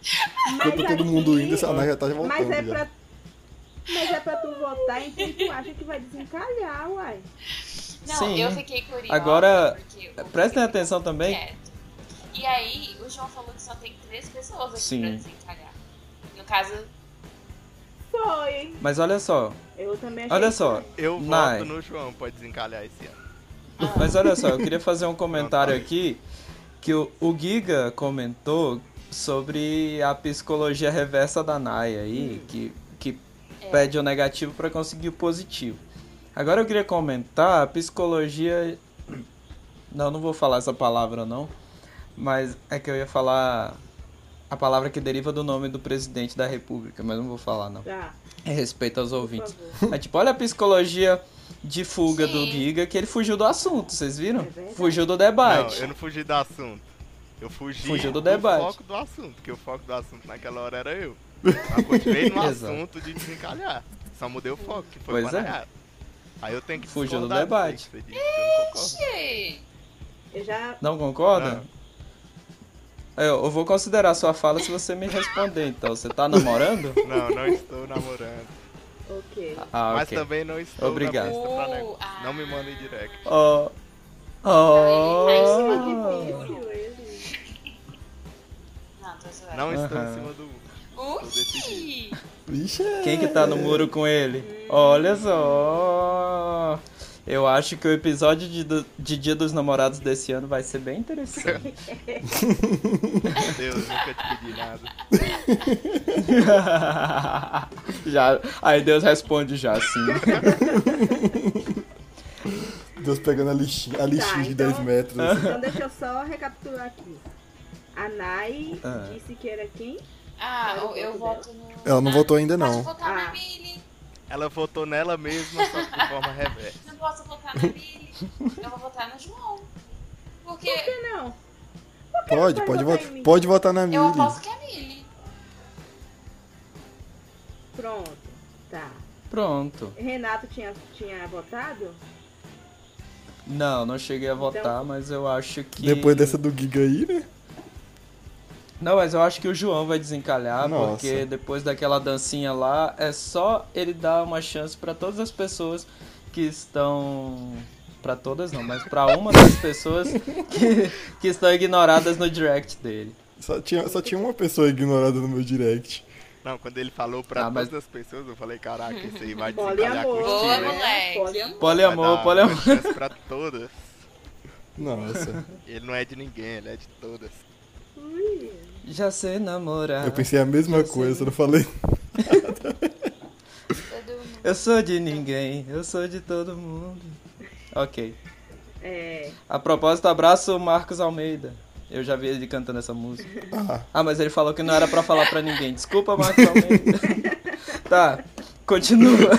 Mas Enquanto tá todo mundo aqui- indo, a Nai já tá voltando. Mas é já. pra. Mas é pra tu votar em quem tu acha que vai desencalhar, uai. Não, Sim. eu fiquei curiosa. Agora, porque o Prestem Giga tá atenção também. quieto. E aí, o João falou que só tem três pessoas aqui Sim. pra desencalhar. No caso, Foi, hein? Mas olha só, Eu também achei. olha só. Eu Nai. voto no João pra desencalhar esse ano. Mas olha só, eu queria fazer um comentário aqui que o, o Giga comentou sobre a psicologia reversa da Naya aí, que, que pede o negativo para conseguir o positivo. Agora eu queria comentar a psicologia. Não, não vou falar essa palavra não, mas é que eu ia falar a palavra que deriva do nome do presidente da República, mas não vou falar não. Tá, É respeito aos por ouvintes. favor. É tipo, olha a psicologia de fuga do Sim. Giga, que ele fugiu do assunto, vocês viram? É verdade. fugiu do Não, debate. eu não fugi do assunto. Eu fugi Fugiu do debate. foco do assunto, porque o foco do assunto naquela hora era eu. Mas continuei no [LAUGHS] Exato. assunto de desencalhar. Só mudei o foco, que foi Pois pra é. Nayara. Aí eu tenho que Fugiu do discordar debate. disso aí que você disse, que eu não concordo. gente, Eu já. Não concorda? Ah. É, Eu, eu vou considerar sua fala se você me responder, então. Você tá [LAUGHS] namorando? Não, não estou namorando. Ok. Ah, Mas ok. também não estou Obrigado. na pista pra Uh, negócio. ah. Não me mandem direct. Oh. Que Oh. difícil ele. [LAUGHS] Não, tô zoando. Não estou Aham. em cima do muro. Ui! Vixe, é. Quem que tá no muro com ele? Olha só. Eu acho que o episódio de, do- de Dia dos Namorados desse ano vai ser bem [LAUGHS] interessante. [LAUGHS] Deus, nunca te pedi nada. já, aí Deus responde já, sim. Deus pegando a lixinha, a lixinha de então- 10 metros. assim. Então deixa eu só recapitular aqui. A Nai Ah. disse que era quem? Ah, eu, eu voto no. Ela não Ah, votou ainda, Posso não. votar na Ah. Millie? Ela votou nela mesma, só que de forma reversa. Não posso votar [LAUGHS] na Millie. Eu vou votar no João. Porque Que não. Pode, vai pode votar votar, em mim? pode votar na Mili. eu aposto que é a Millie. Pronto. Tá. Pronto. Renato tinha, tinha votado? Não, não cheguei a votar, Então- mas eu acho que. Depois dessa do Giga aí, né? Não, mas eu acho que o João vai desencalhar, Nossa. porque depois daquela dancinha lá, é só ele dar uma chance pra todas as pessoas que estão. Pra todas não, mas pra uma [LAUGHS] das pessoas que, que estão ignoradas no direct dele. Só tinha, só tinha uma pessoa ignorada no meu direct. Não, quando ele falou pra Ah, mas- todas as pessoas, eu falei, caraca, esse aí vai desencalhar com Poliamor. Boa, estilo, hein? moleque. Poliamor. Vai Poliamor, dar poliamor. uma chance pra todas. Nossa. Ele não é de ninguém, ele é de todas. Ui. Já sei namorar. Eu pensei a [LAUGHS] mesma coisa, só não falei. Todo mundo. Eu sou de ninguém, eu sou de todo mundo. Ok. É. A propósito, abraço o Marcos Almeida. Eu já vi ele cantando essa música. Ah, [LAUGHS] Ah, mas ele falou que não era pra falar pra ninguém. Desculpa, Marcos Almeida. Tá, continua.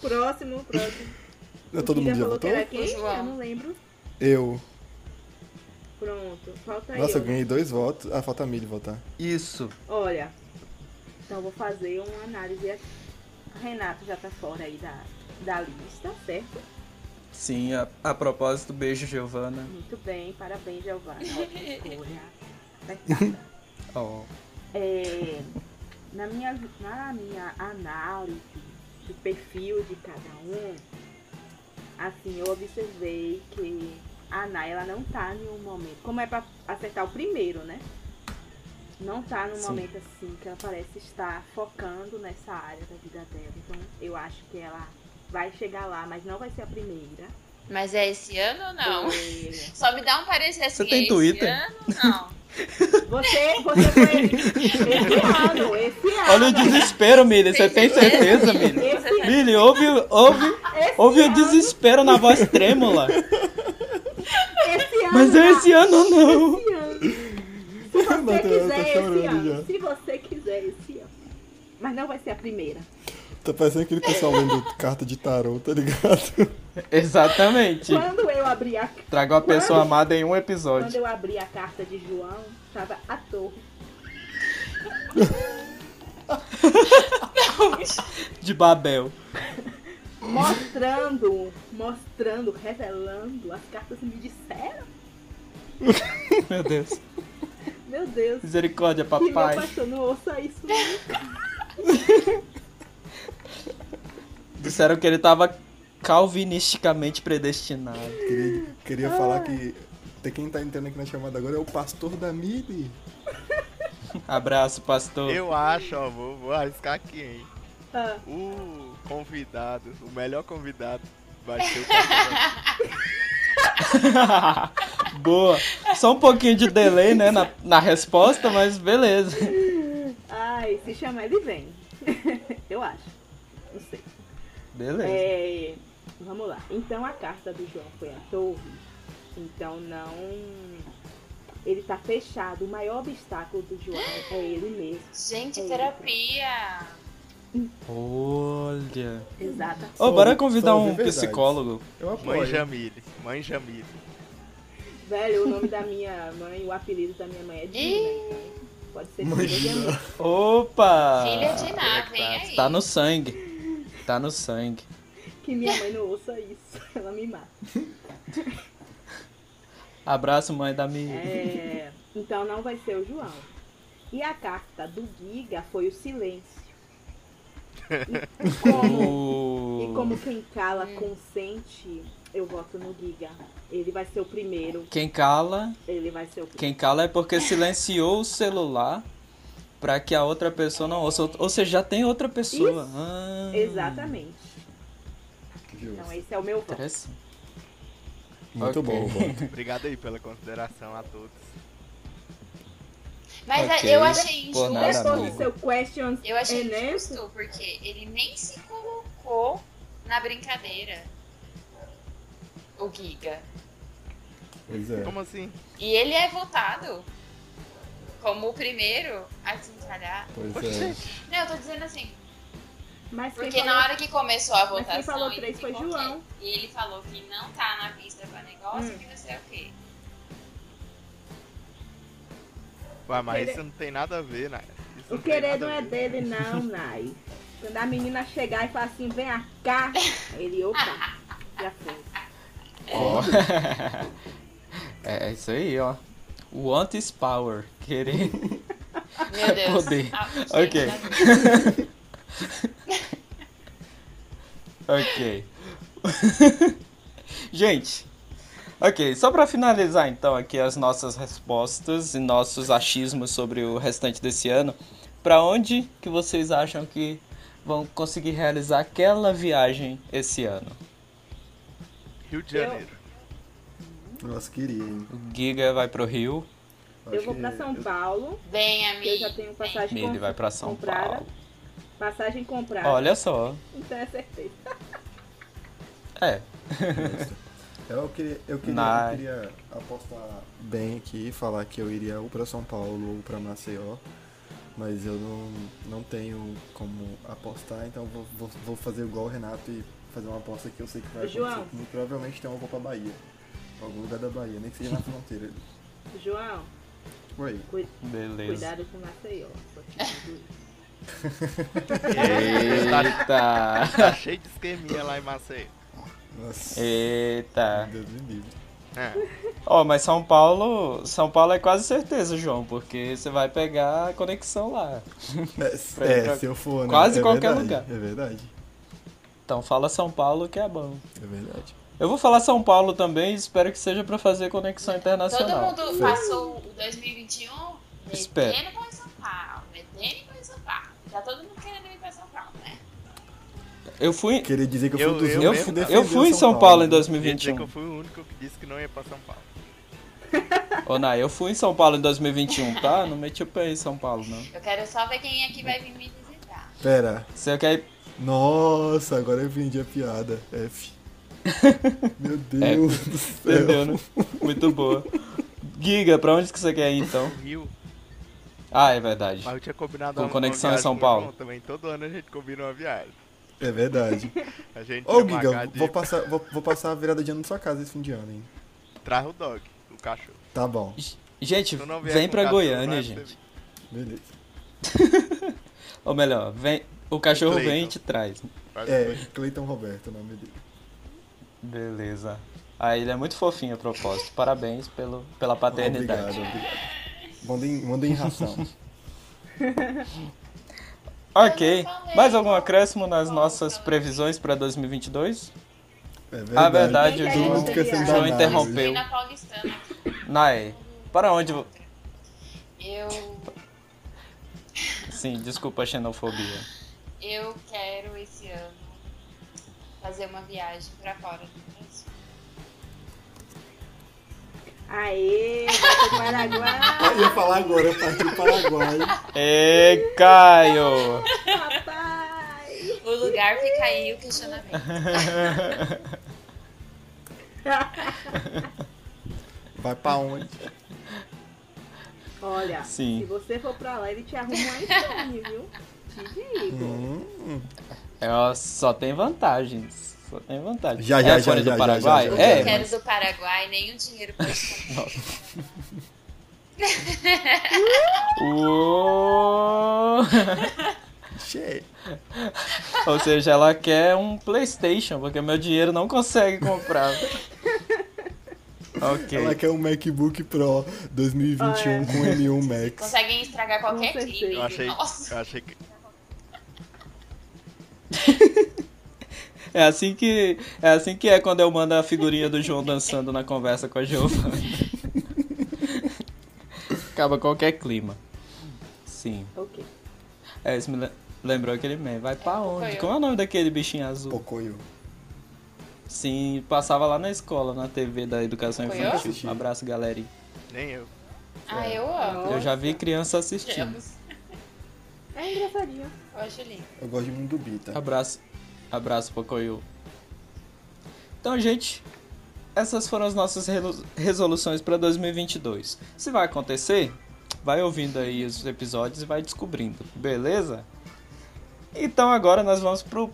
Próximo, próximo. [LAUGHS] Não, é Todo O mundo já falou que votou? era quem? O João. Eu não lembro. Eu. Pronto, falta Nossa, eu eu. ganhei dois votos. Ah, falta a Milly votar. Isso. Olha, então vou fazer uma análise aqui. Renato já tá fora aí da, da lista, certo? Sim, a, a propósito, beijo, Giovana. Muito bem, parabéns, Giovana. Ótima escolha. Acertada. Ó. É, na, minha, na minha análise do perfil de cada um, assim, eu observei que a Ana, ela não tá em um momento. Como é pra acertar o primeiro, né? Não tá num Sim. momento assim que ela parece estar focando nessa área da vida dela. Então, eu acho que ela vai chegar lá, mas não vai ser a primeira. Mas é esse ano ou não? É, Só me dá um parecer assim. Você tem é Twitter? Esse ano ou [LAUGHS] não? Você, você foi esse ano, esse ano. Olha o desespero, Mili. Você tem certeza, Mili? Esse, é Mili, ouve, ouve, esse, ouve o desespero na voz trêmula. esse ano. Mas é esse ano ou não? esse ano. Se [LAUGHS] Não, tá- tá você quiser esse chorando ano. já. Se você quiser esse ano. Mas não vai ser a primeira. Tá parecendo aquele pessoal lendo [LAUGHS] carta de tarô, tá ligado? Exatamente. Quando eu abri a, Traga uma pessoa Quando? amada em um quando episódio. eu abri a carta de João, tava a torre. De Babel. Mostrando, mostrando, revelando. As cartas me disseram. Meu Deus. Meu Deus. Misericórdia, Que meu papai. pastor não ouça isso. não. Disseram que ele tava calvinisticamente predestinado. Queria, queria Ah. falar que tem quem tá entrando aqui na chamada agora é o pastor da Milly. Abraço, pastor. Eu acho, ó, vou, vou arriscar aqui, hein? Ah, O convidado, o melhor convidado vai [LAUGHS] ser o pastor. [LAUGHS] Boa. Só um pouquinho de delay, né, na, na resposta, mas beleza. Ai, se chamar ele vem. [LAUGHS] eu acho. Não sei. Beleza. É, vamos lá. Então a carta do João foi a torre. Então não. Ele tá fechado. O maior obstáculo do João é ele mesmo. Gente, É. terapia. Olha. Exata. Ô, Só- bora convidar só ouvi um verdades. psicólogo. Eu Mãe apoio. Jamile, mãe Jamile. Velho, o nome da minha mãe, o apelido da minha mãe é Dina. Então pode ser filha de amor. Opa! Filha de Ná, vem aí. Ah, Tá no sangue. Tá no sangue. Que minha mãe não ouça isso. [LAUGHS] Ela me mata. Abraço, mãe da minha. É, então não vai ser o João. E a carta do Giga foi o silêncio. E como Hum. E como quem cala Hum. consente, eu voto no Giga. Ele vai ser o primeiro. Quem cala, Ele vai ser o primeiro. quem cala é porque silenciou o celular pra que a outra pessoa não ouça. Ou seja, já tem outra pessoa. Ah, Exatamente. Então Justo. esse é o meu voto. Interessante. Muito Ok. bom, bom. Obrigado aí pela consideração a todos. Mas Ok, a- eu achei por injusto. nada, Depois do amigo. seu question, Eu achei tipo, É injusto, porque ele nem se colocou na brincadeira. O Giga. Pois é. Como assim? E ele é votado como o primeiro a desencalhar. Pois é. Não, eu tô dizendo assim, mas quem porque na falou, hora que começou a mas votação. quem falou ele três foi ficou João. quieto. E ele falou que não tá na pista pra negócio, Hum. que não sei o quê. Ué, mas Quere- isso não tem nada a ver, né? Isso O não tem querer não nada a é ver. dele, não, Nai. Quando a menina chegar e falar assim, vem cá, ele, opa, já foi. Ó. [LAUGHS] é, é isso aí, ó. Want is power. Querer. Meu Deus. Poder. Ah, achei Ok. nada a ver. Ok. [LAUGHS] Gente, ok, só pra finalizar então aqui as nossas respostas e nossos achismos sobre o restante desse ano, pra onde que vocês acham que vão conseguir realizar aquela viagem esse ano? Rio de Janeiro. Nossa, queria, hein? O Giga vai pro Rio, Eu Acho vou que pra São eu- Paulo, Bem, que eu já amigo. tenho passagem Mili com- vai pra São comprada. Paulo. Passagem comprada. Olha só, Então é certeza. é, é, Eu queria, eu, queria, Nice. eu queria apostar bem aqui e falar que eu iria ou pra São Paulo ou pra Maceió. Mas eu não, não tenho como apostar, então vou, vou, vou fazer igual o Renato e fazer uma aposta que eu sei que vai Ô, João. acontecer. Muito provavelmente então, tem uma Copa Bahia. Algum lugar da Bahia, nem que seja [LAUGHS] na fronteira. Tipo ali. João, Ué, cu- Beleza. cuidado com Maceió. só te digo isso. [LAUGHS] Eita! Tá cheio de esqueminha lá em Maceió. nossa. É. Eita. Deus me livre. É. Ó, mas São Paulo, São Paulo é quase certeza, João, porque você vai pegar a conexão lá. Pra- É, pra se eu for, né? quase É qualquer verdade, lugar. É verdade, Então fala São Paulo que é bom. é verdade. Eu vou falar São Paulo também, espero que seja pra fazer conexão Todo internacional. mundo passou o 2021 Espero. metendo para São Paulo, metendo para São Paulo. Tá todo mundo querendo ir para São Paulo, né? Eu fui, Queria dizer que eu fui Eu- um dos eu- eu, únicos que fu- defendeu eu fui em São Paulo em Queria dizer que 2021. eu fui o único que disse que não ia pra São Paulo. Ô, Nai, eu fui em São Paulo em 2021, tá? Não meti o pé em São Paulo, não. Eu quero só ver quem aqui vai vir me visitar. Pera. Você quer ir... Nossa, agora eu entendi a piada. [LAUGHS] F. Meu Deus do céu. Entendeu, né? Muito boa. Giga, pra onde que você quer ir, então? O Rio, Ah, é verdade. mas eu tinha combinado Com uma- uma conexão em viagem São com o Paulo. João também. Todo ano a gente combina uma viagem. É verdade. A gente Ô, É ia Giga, marcar de vou passar, vou, vou passar a virada de ano na sua casa esse fim de ano, hein? traz o dog, o cachorro. Tá bom, Gente, Se eu não vier vem com pra o cachorro, Goiânia, vai gente. pra beleza. Ou melhor, vem... o cachorro Cleiton. vem e te traz. você- vai É, pra- Cleiton Roberto, o nome dele. Beleza. Ah, ele é muito fofinho a propósito. Parabéns pelo, pela paternidade. Obrigado, obrigado. Mandem, mandem ração. Ok. Eu não falei, Mais algum não. acréscimo nas Não, nossas não. previsões pra 2022? É verdade. Ah, verdade, o Todo João- mundo fica sem o João danado. interrompeu. Fui na Paulistana. Nai, para onde. vo- Eu, Sim, desculpa a xenofobia. eu quero esse ano fazer uma viagem pra fora do Brasil. Aê, vai pro Paraguai, Eu ia falar agora, eu parti do Paraguai. Ê, Caio! papai. O lugar fica aí o [LAUGHS] questionamento. Vai pra onde? Olha, Sim. se você for pra lá, ele te arruma um iPhone, viu? Te digo. Hum, É, só tem vantagens. Só tem vantagens. Já, é já, iPhone já, já, do Paraguai? já, já, é, eu quero mas- do Paraguai, nem o dinheiro pra isso. [LAUGHS] Uou! che- [LAUGHS] Ou seja, ela quer um PlayStation, porque meu dinheiro não consegue [LAUGHS] comprar. ok. Ela quer um MacBook Pro 2021 com M1 Max. Conseguem estragar qualquer Com certeza. crime. Eu achei, Nossa, eu achei que É assim que é assim que é quando eu mando a figurinha do João dançando na conversa com a Giovana. [LAUGHS] Acaba qualquer clima. Sim. Ok. É, isso me le- lembrou aquele meme. Vai pra onde? Pocoyo. Como é o nome daquele bichinho azul? Pocoyo. Sim, passava lá na escola, na TV da Educação Pocoyo? Infantil. Abraço, galerinha. nem eu. ah, eu amo. Eu já vi criança assistindo. Gemos. É engraçadinho. Eu acho lindo. Eu gosto de Mundo Bita. Abraço. Abraço, Pocoyo. Então, gente, essas foram as nossas relu- resoluções para 2022. Se vai acontecer, vai ouvindo aí os episódios e vai descobrindo, beleza? Então, agora nós vamos pro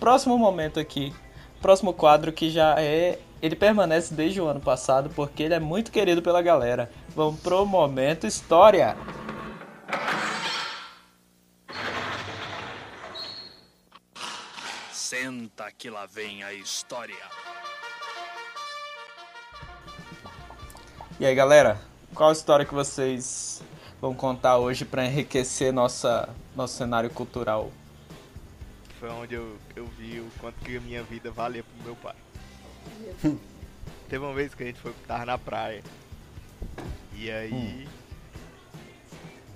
próximo momento aqui. Próximo quadro que já é. Ele permanece desde o ano passado porque ele é muito querido pela galera. Vamos pro momento história. Senta que lá vem a história. E aí, galera, qual a história que vocês vão contar hoje pra enriquecer nossa, nosso cenário cultural? Foi onde eu, eu vi o quanto que a minha vida valia pro meu pai. Teve uma vez que a gente foi tava na praia. E aí.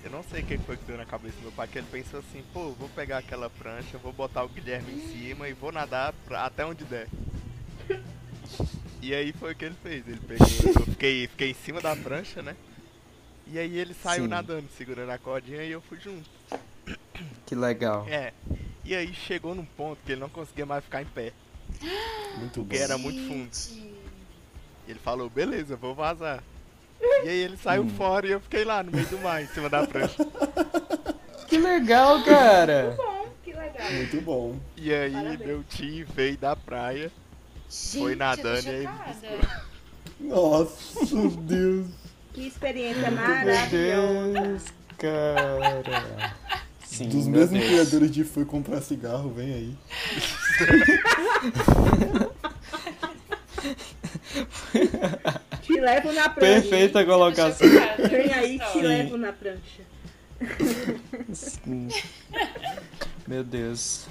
Eu não sei o que foi que deu na cabeça do meu pai, que ele pensou assim, pô, eu vou pegar aquela prancha, vou botar o Guilherme em cima e vou nadar pra- até onde der. E aí foi o que ele fez, ele pegou, eu fiquei, fiquei em cima da prancha, né? E aí ele saiu Sim. nadando, segurando a cordinha e eu fui junto. Que legal. É. E aí chegou num ponto que ele não conseguia mais ficar em pé. Muito bom. Porque era muito fundo. Gente, E ele falou, beleza, vou Hum. [LAUGHS] vazar. E aí ele saiu fora e eu fiquei lá no meio do mar, em cima da prancha. Que legal, cara! Bom, que legal. Muito bom. E aí, Parabéns. meu tio veio da praia. Gente, Foi nadando eu tô e aí chocada. Nossa, meu Deus. Que experiência Meu maravilhosa. Deus, cara! Sim, Dos meu mesmos Deus. criadores de Foi Comprar Cigarro, vem aí. Te levo na prancha. Perfeita Eu tô [LAUGHS] colocação. chocada com Vem [LAUGHS] essa aí, te história. levo na prancha. Sim. Meu Deus.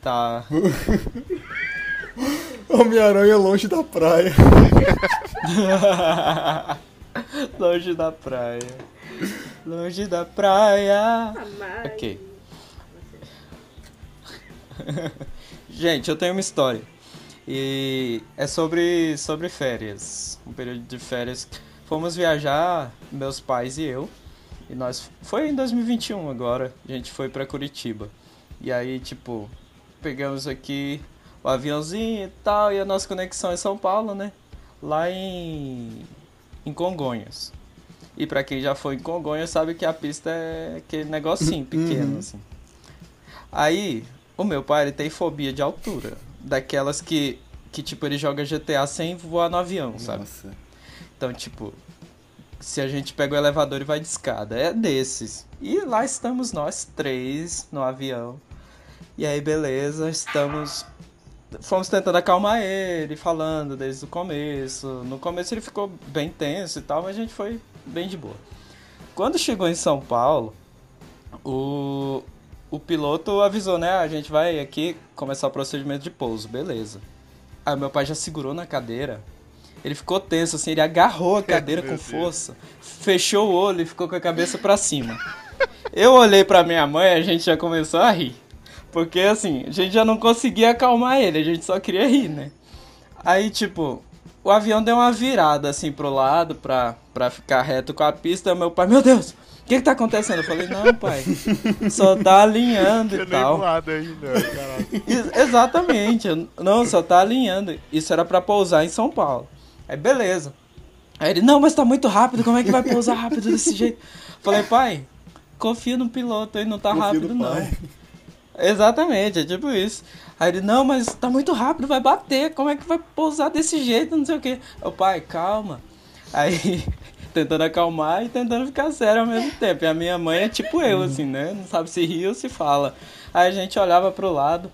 Tá. [LAUGHS] Homem-Aranha longe da praia. Longe da praia. Longe da praia. Amar. Ok. Gente, eu tenho uma história. E é sobre, sobre férias. Um período de férias. Fomos viajar, meus pais e eu. E nós. Foi em 2021 agora. A gente foi pra Curitiba. E aí, tipo, pegamos aqui o aviãozinho e tal. E a nossa conexão é São Paulo, né? Lá em. Em Congonhas. E pra quem já foi em Congonhas, sabe que a pista é aquele negocinho pequeno, assim. Aí, o meu pai, ele tem fobia de altura. Daquelas que, que tipo, ele joga GTA sem voar no avião, sabe? Nossa. Então, tipo, se a gente pega o elevador e vai de escada, é desses. E lá estamos nós três no avião. E aí, beleza, estamos. Fomos tentando acalmar ele, falando desde o começo. No começo ele ficou bem tenso e tal, mas a gente foi bem de boa. Quando chegou em São Paulo, o, o piloto avisou, né? "Ah, A gente vai aqui começar o procedimento de pouso, beleza. Aí Ah, meu pai já segurou na cadeira. Ele ficou tenso, assim, ele agarrou [LAUGHS] a cadeira Meu com Deus. força, fechou o olho e ficou com a cabeça pra cima. Eu olhei pra minha mãe, a gente já começou a rir. Porque assim, a gente já não conseguia acalmar ele, a gente só queria rir, né? Aí, tipo, o avião deu uma virada assim pro lado pra, pra ficar reto com a pista. Meu pai, meu Deus, o que que tá acontecendo? Eu falei, não, pai, só tá alinhando Eu e nem tal. voado ainda, caralho. Ex- Exatamente, eu- não, só tá alinhando. Isso era pra pousar em São Paulo. Aí, beleza. Aí ele, não, mas tá muito rápido, como é que vai pousar rápido desse jeito? Falei, pai, confia no piloto, ele não tá Confio rápido, no não. pai. Exatamente, é tipo isso. Aí ele, não, mas tá muito rápido, vai bater, como é que vai pousar desse jeito, não sei o que O pai, calma. Aí, [LAUGHS] tentando acalmar e tentando ficar sério ao mesmo tempo. E a minha mãe é tipo eu, assim, né? Não sabe se ri ou se fala. Aí a gente olhava pro lado.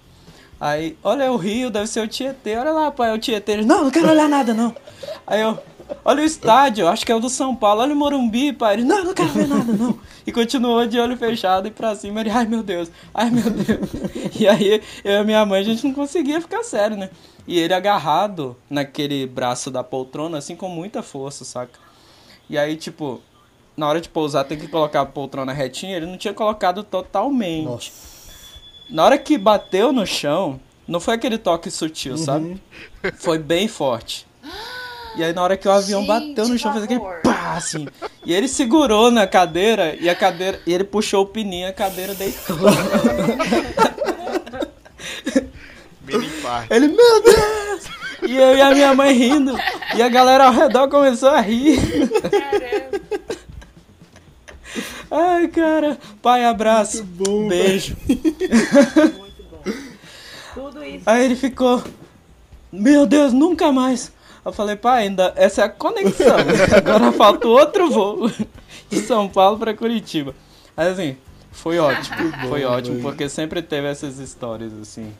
Aí, olha é o rio, deve ser o Tietê. Olha lá, pai, é o Tietê. Ele, não, não quero olhar nada, não. Aí eu, olha o estádio, acho que é o do São Paulo. Olha o Morumbi, pai. Ele, não, não quero ver nada, não. E continuou de olho fechado e pra cima. Ele, ai meu Deus, ai meu Deus. E aí, eu e minha mãe, a gente não conseguia ficar sério, né? E ele agarrado naquele braço da poltrona, assim, com muita força, saca? E aí, tipo, na hora de pousar, tem que colocar a poltrona retinha. Ele não tinha colocado totalmente. Nossa. Na hora que bateu no chão, não foi aquele toque sutil, sabe? Foi bem forte. E aí na hora que o avião Gente, bateu no chão, fez aquele pavor. pá, assim. E ele segurou na cadeira e a cadeira. E ele puxou o pininho e a cadeira deitou. Mini parque. Ele, meu Deus! E eu e a minha mãe rindo. E a galera ao redor começou a rir. Caramba. Ai, cara. Pai, abraço. Beijo. Muito bom. Tudo isso. Aí ele ficou, meu Deus, nunca mais. Eu falei, pai, ainda essa é a conexão. Agora falta o outro voo de São Paulo pra Curitiba. Aí assim, foi ótimo, foi ótimo, porque sempre teve essas histórias assim.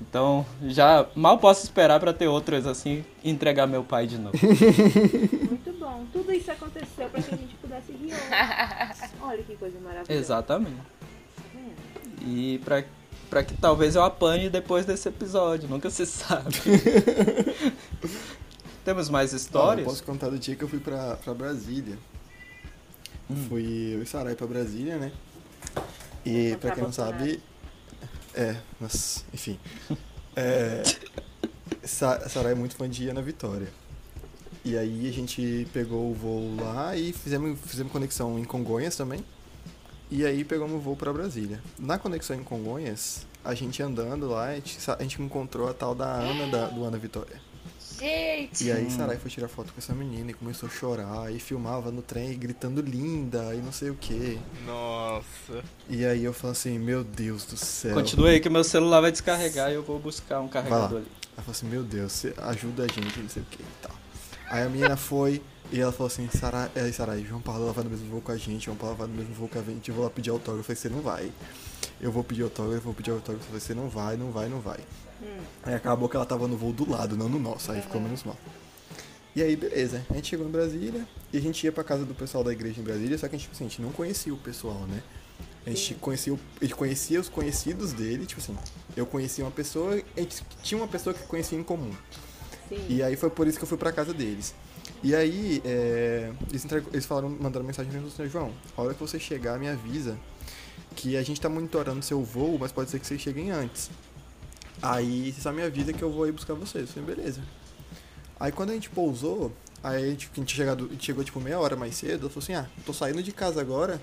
Então, já mal posso esperar pra ter outras assim e entregar meu pai de novo. Muito bom. Tudo isso aconteceu para que a gente pudesse [LAUGHS] rir. hoje. Olha que coisa maravilhosa. Exatamente. tá vendo? E pra para que talvez eu apanhe depois desse episódio, nunca se sabe. Temos mais Ah, eu histórias? posso contar do dia que eu fui pra, pra Brasília. Fui eu e Sarai pra Brasília, né? E Vou pra contar quem não Bolsonaro. sabe. É, mas, enfim. É, Sa- Sarai é muito fã de Ana Vitória. E aí a gente pegou o voo lá e fizemos, fizemos conexão em Congonhas também. E aí pegamos o voo pra Brasília. Na conexão em Congonhas, a gente andando lá, a gente, sa- a gente encontrou a tal da Ana, da, do Ana Vitória. Gente! E aí Sarai foi tirar foto com essa menina e começou a chorar e filmava no trem gritando linda e não sei o que. Nossa. E aí eu falo assim, meu Deus do céu. Continua aí que meu celular vai descarregar e eu vou buscar um carregador ali. Ela falou assim, meu Deus, você ajuda a gente, não sei o que e tal. Aí a menina foi e ela falou assim, Sarai, é, Sarai, João Paulo vai no mesmo voo com a gente, João Paulo vai no mesmo voo com a gente, eu vou lá pedir autógrafo, eu falei, você não vai. Eu vou pedir autógrafo, eu vou pedir autógrafo, eu falei, você não vai, não vai, não vai. Aí acabou que ela tava no voo do lado, não no nosso, aí ficou menos mal. E aí, beleza, a gente chegou em Brasília e a gente ia pra casa do pessoal da igreja em Brasília, só que a gente, tipo assim, a gente não conhecia o pessoal, né? A gente conhecia, o- a gente conhecia os conhecidos dele, tipo assim, eu conhecia uma pessoa, a gente tinha uma pessoa que conhecia em comum. Sim. E aí foi por isso que eu fui pra casa deles. E aí, é, eles, entregou- eles falaram, mandaram mensagem pra mim e falaram assim, João, a hora que você chegar, me avisa que a gente tá monitorando seu voo, mas pode ser que vocês cheguem antes. Aí você só me avisa que eu vou aí buscar vocês. Eu falei, beleza. Aí quando a gente pousou, aí a gente, a gente chegado- a gente chegou tipo meia hora mais cedo, ela falou assim, ah, tô saindo de casa agora,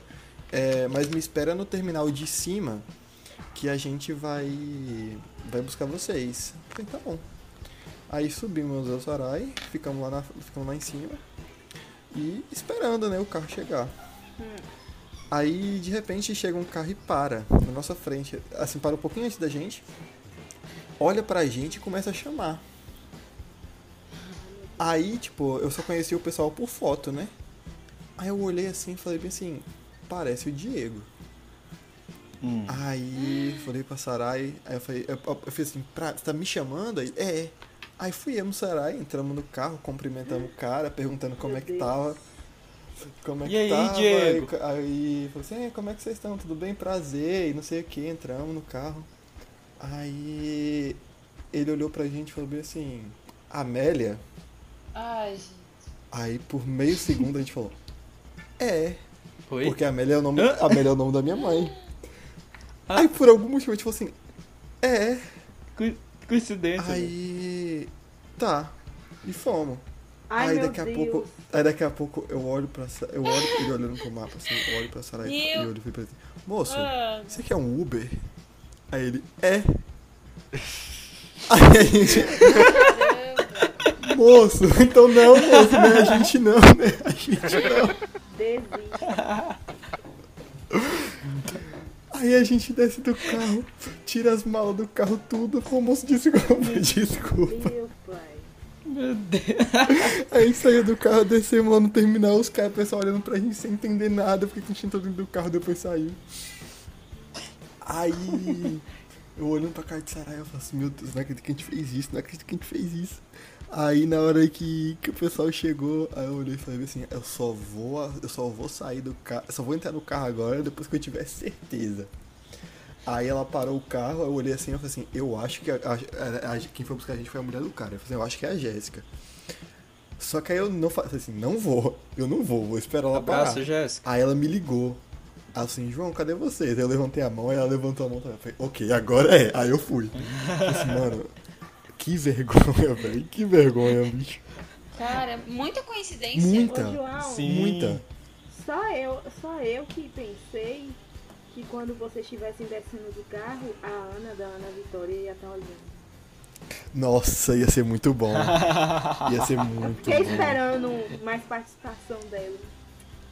é, mas me espera no terminal de cima que a gente vai, vai buscar vocês. Eu falei, tá bom. Aí subimos ao Sarai, ficamos lá, na, ficamos lá em cima e esperando né, o carro chegar. Aí de repente chega um carro e para na nossa frente, assim, para um pouquinho antes da gente, olha pra gente e começa a chamar. Aí, tipo, eu só conheci o pessoal por foto, né? Aí eu olhei assim e falei bem assim, parece o Diego. Hum. Aí falei pra Sarai, aí eu falei, eu, eu fiz assim, pra, você tá me chamando? Aí, é. Aí fui eu no Sarai, entramos no carro, cumprimentamos o cara, perguntando como Meu é que Deus. tava. Como é E que aí, tava? Diego? Aí, aí falou assim, "É, como é que vocês estão? Tudo bem? Prazer, e não sei o que, entramos no carro. Aí ele olhou pra gente e falou bem assim, Amélia? Ai, gente. Aí por meio segundo a gente falou, é. Oi? Porque a Amélia é o nome, Hã? a Amélia é o nome da minha mãe. Ah. Aí por algum motivo, tipo assim, é. Co- Coincidência. né? Aí. Tá. E fomos. Ai, aí meu daqui Deus. a pouco. Aí daqui a pouco eu olho pra Sa- Eu olho ele olhando pro mapa, assim, eu olho pra Sarah e Meu- olho pra ele. Moço, Ah. Mano. você quer um Uber? Aí ele, é. Aí a gente, moço, então não, moço, né? A gente não, né? A gente não. Desiste. Aí a gente desce do carro, tira as malas do carro, tudo. O moço, desculpa, desculpa. Meu pai. Meu Deus. Aí a gente saiu do carro, descemos lá no terminal, os caras, o pessoal olhando pra gente sem entender nada, porque a gente entrou dentro do carro depois saiu. Aí eu olhando pra cara de Sarai, eu falo assim, meu Deus, não acredito que a gente fez isso, não acredito que a gente fez isso. Aí na hora que, que o pessoal chegou, aí eu olhei e falei assim, eu só vou, eu só vou sair do carro, eu só vou entrar no carro agora depois que eu tiver certeza. Aí ela parou o carro, eu olhei assim, eu falei assim, eu acho que a, a- a- a- quem foi buscar a gente foi a mulher do cara. Eu falei assim, eu acho que é a Jéssica. Só que aí eu não faço assim, não vou, eu não vou, vou esperar ela parar. [LAUGHS] Abraço, Jéssica. Aí ela me ligou. Ela assim, João, cadê vocês? Aí eu levantei a mão, ela levantou a mão também. Eu falei, ok, agora é. Aí eu fui. Eu falei assim, mano, que vergonha, [LAUGHS] velho. Que vergonha, bicho. Cara, muita coincidência. Ô, Muita. João, Sim. Muita. só eu, só eu que pensei que quando vocês estivessem descendo do carro, a Ana da Ana Vitória ia estar olhando. Nossa, ia ser muito bom. Ia ser muito Fiquei bom. esperando mais participação dela.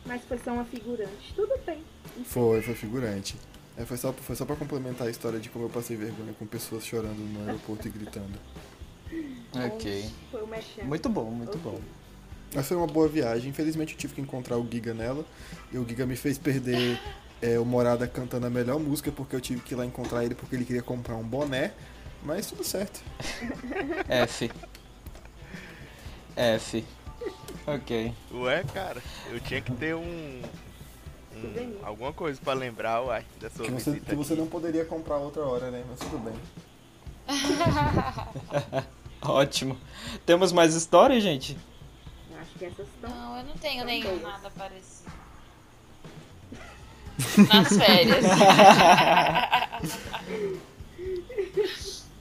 Mas foi só uma figurante. Tudo bem. Foi, foi figurante. É, foi, só, foi só pra complementar a história de como eu passei vergonha com pessoas chorando no aeroporto e gritando. Ok. Foi o mexendo. Muito bom, muito bom. Mas foi uma boa viagem. Infelizmente eu tive que encontrar o Giga nela. E o Giga me fez perder é, o Morada cantando a melhor música, porque eu tive que ir lá encontrar ele porque ele queria comprar um boné. Mas tudo certo. F. F. Ok. Ué, cara, eu tinha que ter um. um- alguma coisa pra lembrar, uai, da sua Que você, visita que você aqui. não poderia comprar outra hora, né? Mas tudo bem. Ótimo. Temos mais histórias, gente? Acho que essas estão. Não, eu não tenho São nenhum boas. nada parecido. Nas férias.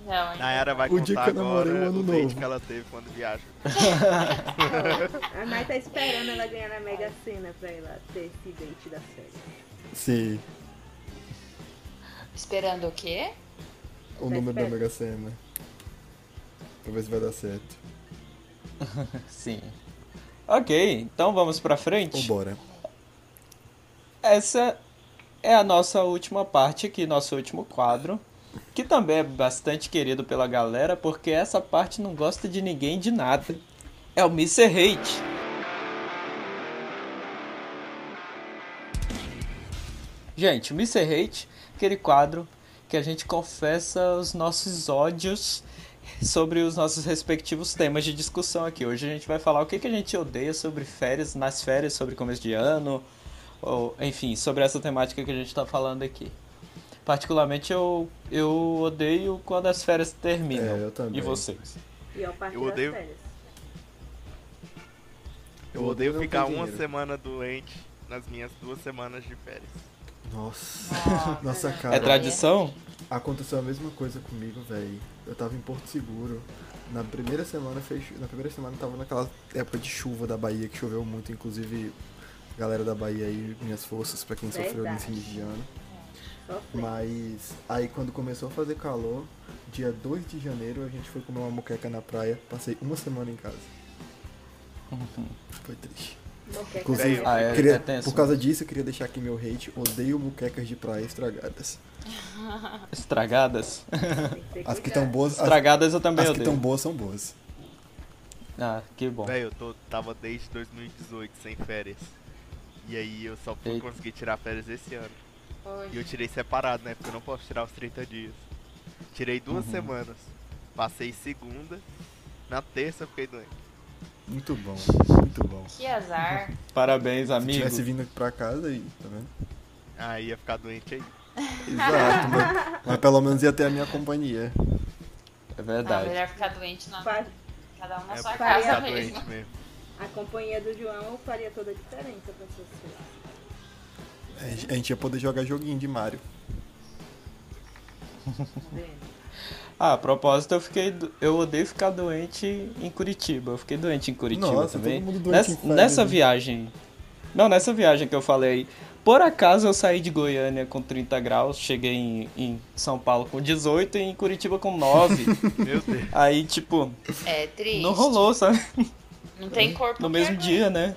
não, Tá. hein? Nayara vai O dia contar que eu namorei agora o ano o date novo. que ela teve quando viaja. A Mai tá esperando ela ganhar na Mega Sena pra ela ter esse date da série. Sim, Esperando o quê? o Tá número da esperto. Mega Sena. Talvez vai dar certo. Sim. Ok, então vamos pra Então, frente. bora. Essa é a nossa última parte aqui, nosso último quadro, que também é bastante querido pela galera, porque essa parte não gosta de ninguém de nada. É o Mr. Hate. Gente, o Mr. Hate, aquele quadro que a gente confessa os nossos ódios sobre os nossos respectivos temas de discussão aqui. Hoje a gente vai falar o que que a gente odeia sobre férias, nas férias, sobre começo de ano, ou, enfim, sobre essa temática que a gente tá falando aqui. Particularmente eu, eu odeio quando as férias terminam. É, eu também. E vocês? E ó, parte Eu das odeio- férias. Eu odeio não ficar tem uma dinheiro. semana doente nas minhas duas semanas de férias. Nossa. [LAUGHS] Nossa, Nossa, gente. cara. É tradição? Aconteceu a mesma coisa comigo, velho. Eu tava em Porto Seguro. Na primeira semana fez, na primeira semana tava naquela época de chuva da Bahia que choveu muito, inclusive galera da Bahia aí, minhas forças pra quem sofreu Verdade. nesse início de ano. Só Mas aí quando começou a fazer calor, dia 2 de janeiro a gente foi comer uma moqueca na praia, passei uma semana em casa. Foi triste. moqueca Inclusive, fria. Ah, é, Queria- é tenso. por causa disso, eu queria deixar aqui meu hate. Odeio moquecas de praia estragadas. Estragadas? Tem ter As que cuidado. estão boas, as, Estragadas eu também as que odeio. estão boas são boas. Ah, que bom. Véi, eu tô, tava desde 2018 sem férias. E aí eu só fui Eita. conseguir tirar férias esse ano. Oi. E eu tirei separado, né? Porque eu não posso tirar os 30 dias. Tirei duas Uhum. semanas. Passei segunda. Na terça eu fiquei doente. Muito bom, muito bom. Que azar. Ah, Parabéns, Se amigo. tivesse vindo pra casa aí, tá vendo? [LAUGHS] Aí Ah, ia ficar doente aí. Exato, mas, mas pelo menos ia ter a minha companhia. É Ah, verdade. Tá melhor ficar doente na Faz- cada um na é, sua porque eu ia casa ficar mesmo. doente mesmo. A companhia do João faria toda a diferença pra essas coisas. A gente ia poder jogar joguinho de Mario. Ah, a propósito, eu fiquei. do- Eu odeio ficar doente em Curitiba. Eu fiquei doente em Curitiba Nossa, também. todo mundo doente nessa, em férias, nessa né? viagem. Não, nessa viagem que eu falei. Por acaso eu saí de Goiânia com 30 graus, cheguei em, em São Paulo com 18 e em Curitiba com [LAUGHS] 9. Meu Deus. Aí, tipo, É triste. não rolou, sabe? Não tem corpo No que mesmo aguente. dia, né?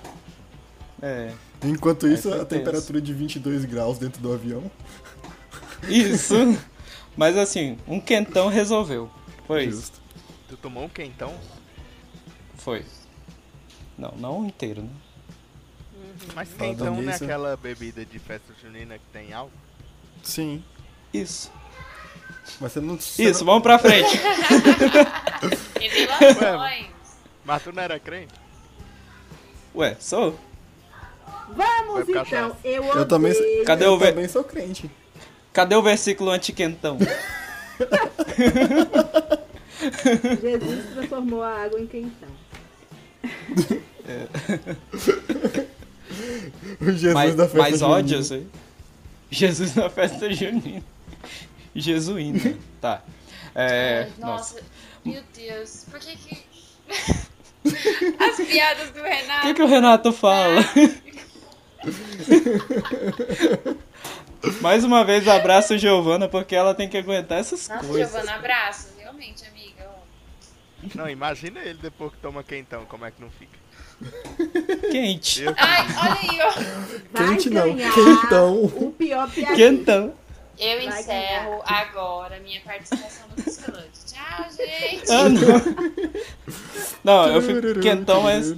É. Enquanto isso, foi a tenso. temperatura é de 22 graus dentro do avião. Isso. Mas assim, um quentão resolveu. Foi isso. Justo. Tu tomou um quentão? Foi. Não, não inteiro, né? Mas Falando quentão não é nisso- aquela bebida de festa junina que tem álcool? Sim. Isso. Mas você não. você Isso, não- vamos pra frente. [LAUGHS] E É. relações. Mas tu não era crente? Ué, sou? Vamos Vai ficar então, chato. eu, Eu também, sou- odeio- Cadê eu o ve- também sou crente. Cadê o versículo [LAUGHS] antiquentão? Jesus transformou a água em quentão. O Jesus mais da festa. mais junina. ódios aí. Jesus na festa junina. [LAUGHS] Jesuína. Tá. É, Ai, nossa. nossa, meu Deus. Por que que... [LAUGHS] As piadas do O Renato. que, que o Renato fala? [LAUGHS] mais uma vez, abraço Giovana, porque ela tem que aguentar essas Nossa, coisas. Giovana, abraço. Realmente, amiga. ó. Não, imagina ele depois que toma quentão, como é que não fica? Quente. Eu- Ai, olha aí, ó. Vai Quente não, ganhar quentão. O pior piadinho. Quentão. Eu Vai encerro agora minha participação no Descolante. Tchau, gente. Ah, [LAUGHS] não. Não, eu fico quentão, mas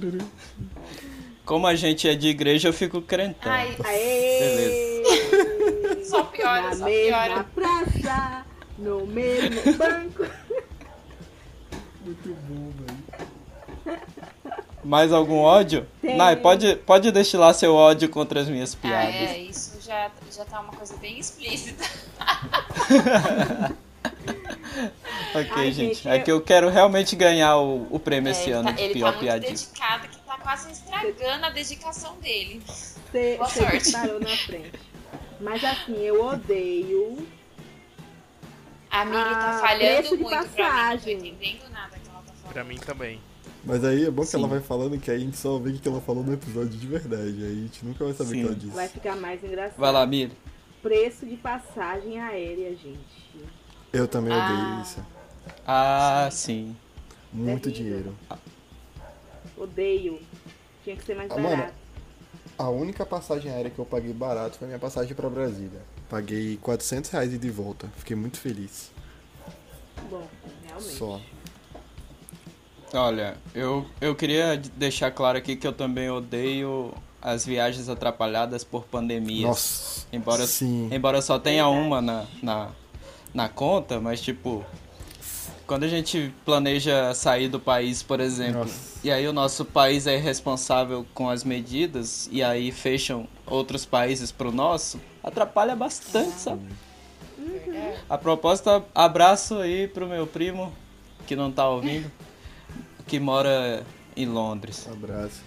como a gente é de igreja, eu fico crentão. Ai, Aê! Só piora, Na só mesma piora. praça, no mesmo [LAUGHS] banco. Muito bom, velho. Mais algum ódio? Tem. Nai, pode, pode destilar seu ódio contra as minhas ah, piadas. é, isso já, já tá uma coisa bem explícita. Ok, Ai, gente. gente, É eu- que eu quero realmente ganhar o, o prêmio É, esse ele ano tá, de ele pior tá muito piadista. dedicado que tá quase estragando a dedicação dele. Você Boa você sorte. parou na frente. Mas assim, eu odeio. A Mili tá Ah, falhando preço de muito pra mim, não tô passagem. entendendo nada que ela tá falando. Pra mim também. Mas aí é bom que Sim. ela vai falando que aí a gente só vê o que ela falou no episódio de verdade. Aí a gente nunca vai saber o Sim. que ela disse. Vai ficar mais engraçado. Vai lá, Miri. Preço de passagem aérea, gente. Eu também odeio Ah. isso. Ah, sim. Muito Terrível. dinheiro. Odeio. Tinha que ser mais Ah, mano, barato. A única passagem aérea que eu paguei barato foi minha passagem pra Brasília. Paguei 400 reais e de volta. Fiquei muito feliz. Bom, realmente. Só. Olha, eu, eu queria d- deixar claro aqui que eu também odeio as viagens atrapalhadas por pandemias. Nossa. Embora, Sim. embora só tenha Verdade. uma na, na, na conta, mas tipo, quando a gente planeja sair do país, por exemplo, e aí o nosso país é responsável com as medidas, e aí fecham outros países pro nosso, atrapalha bastante, sabe? A proposta, abraço aí pro meu primo, que não tá ouvindo, que mora em Londres. Abraço.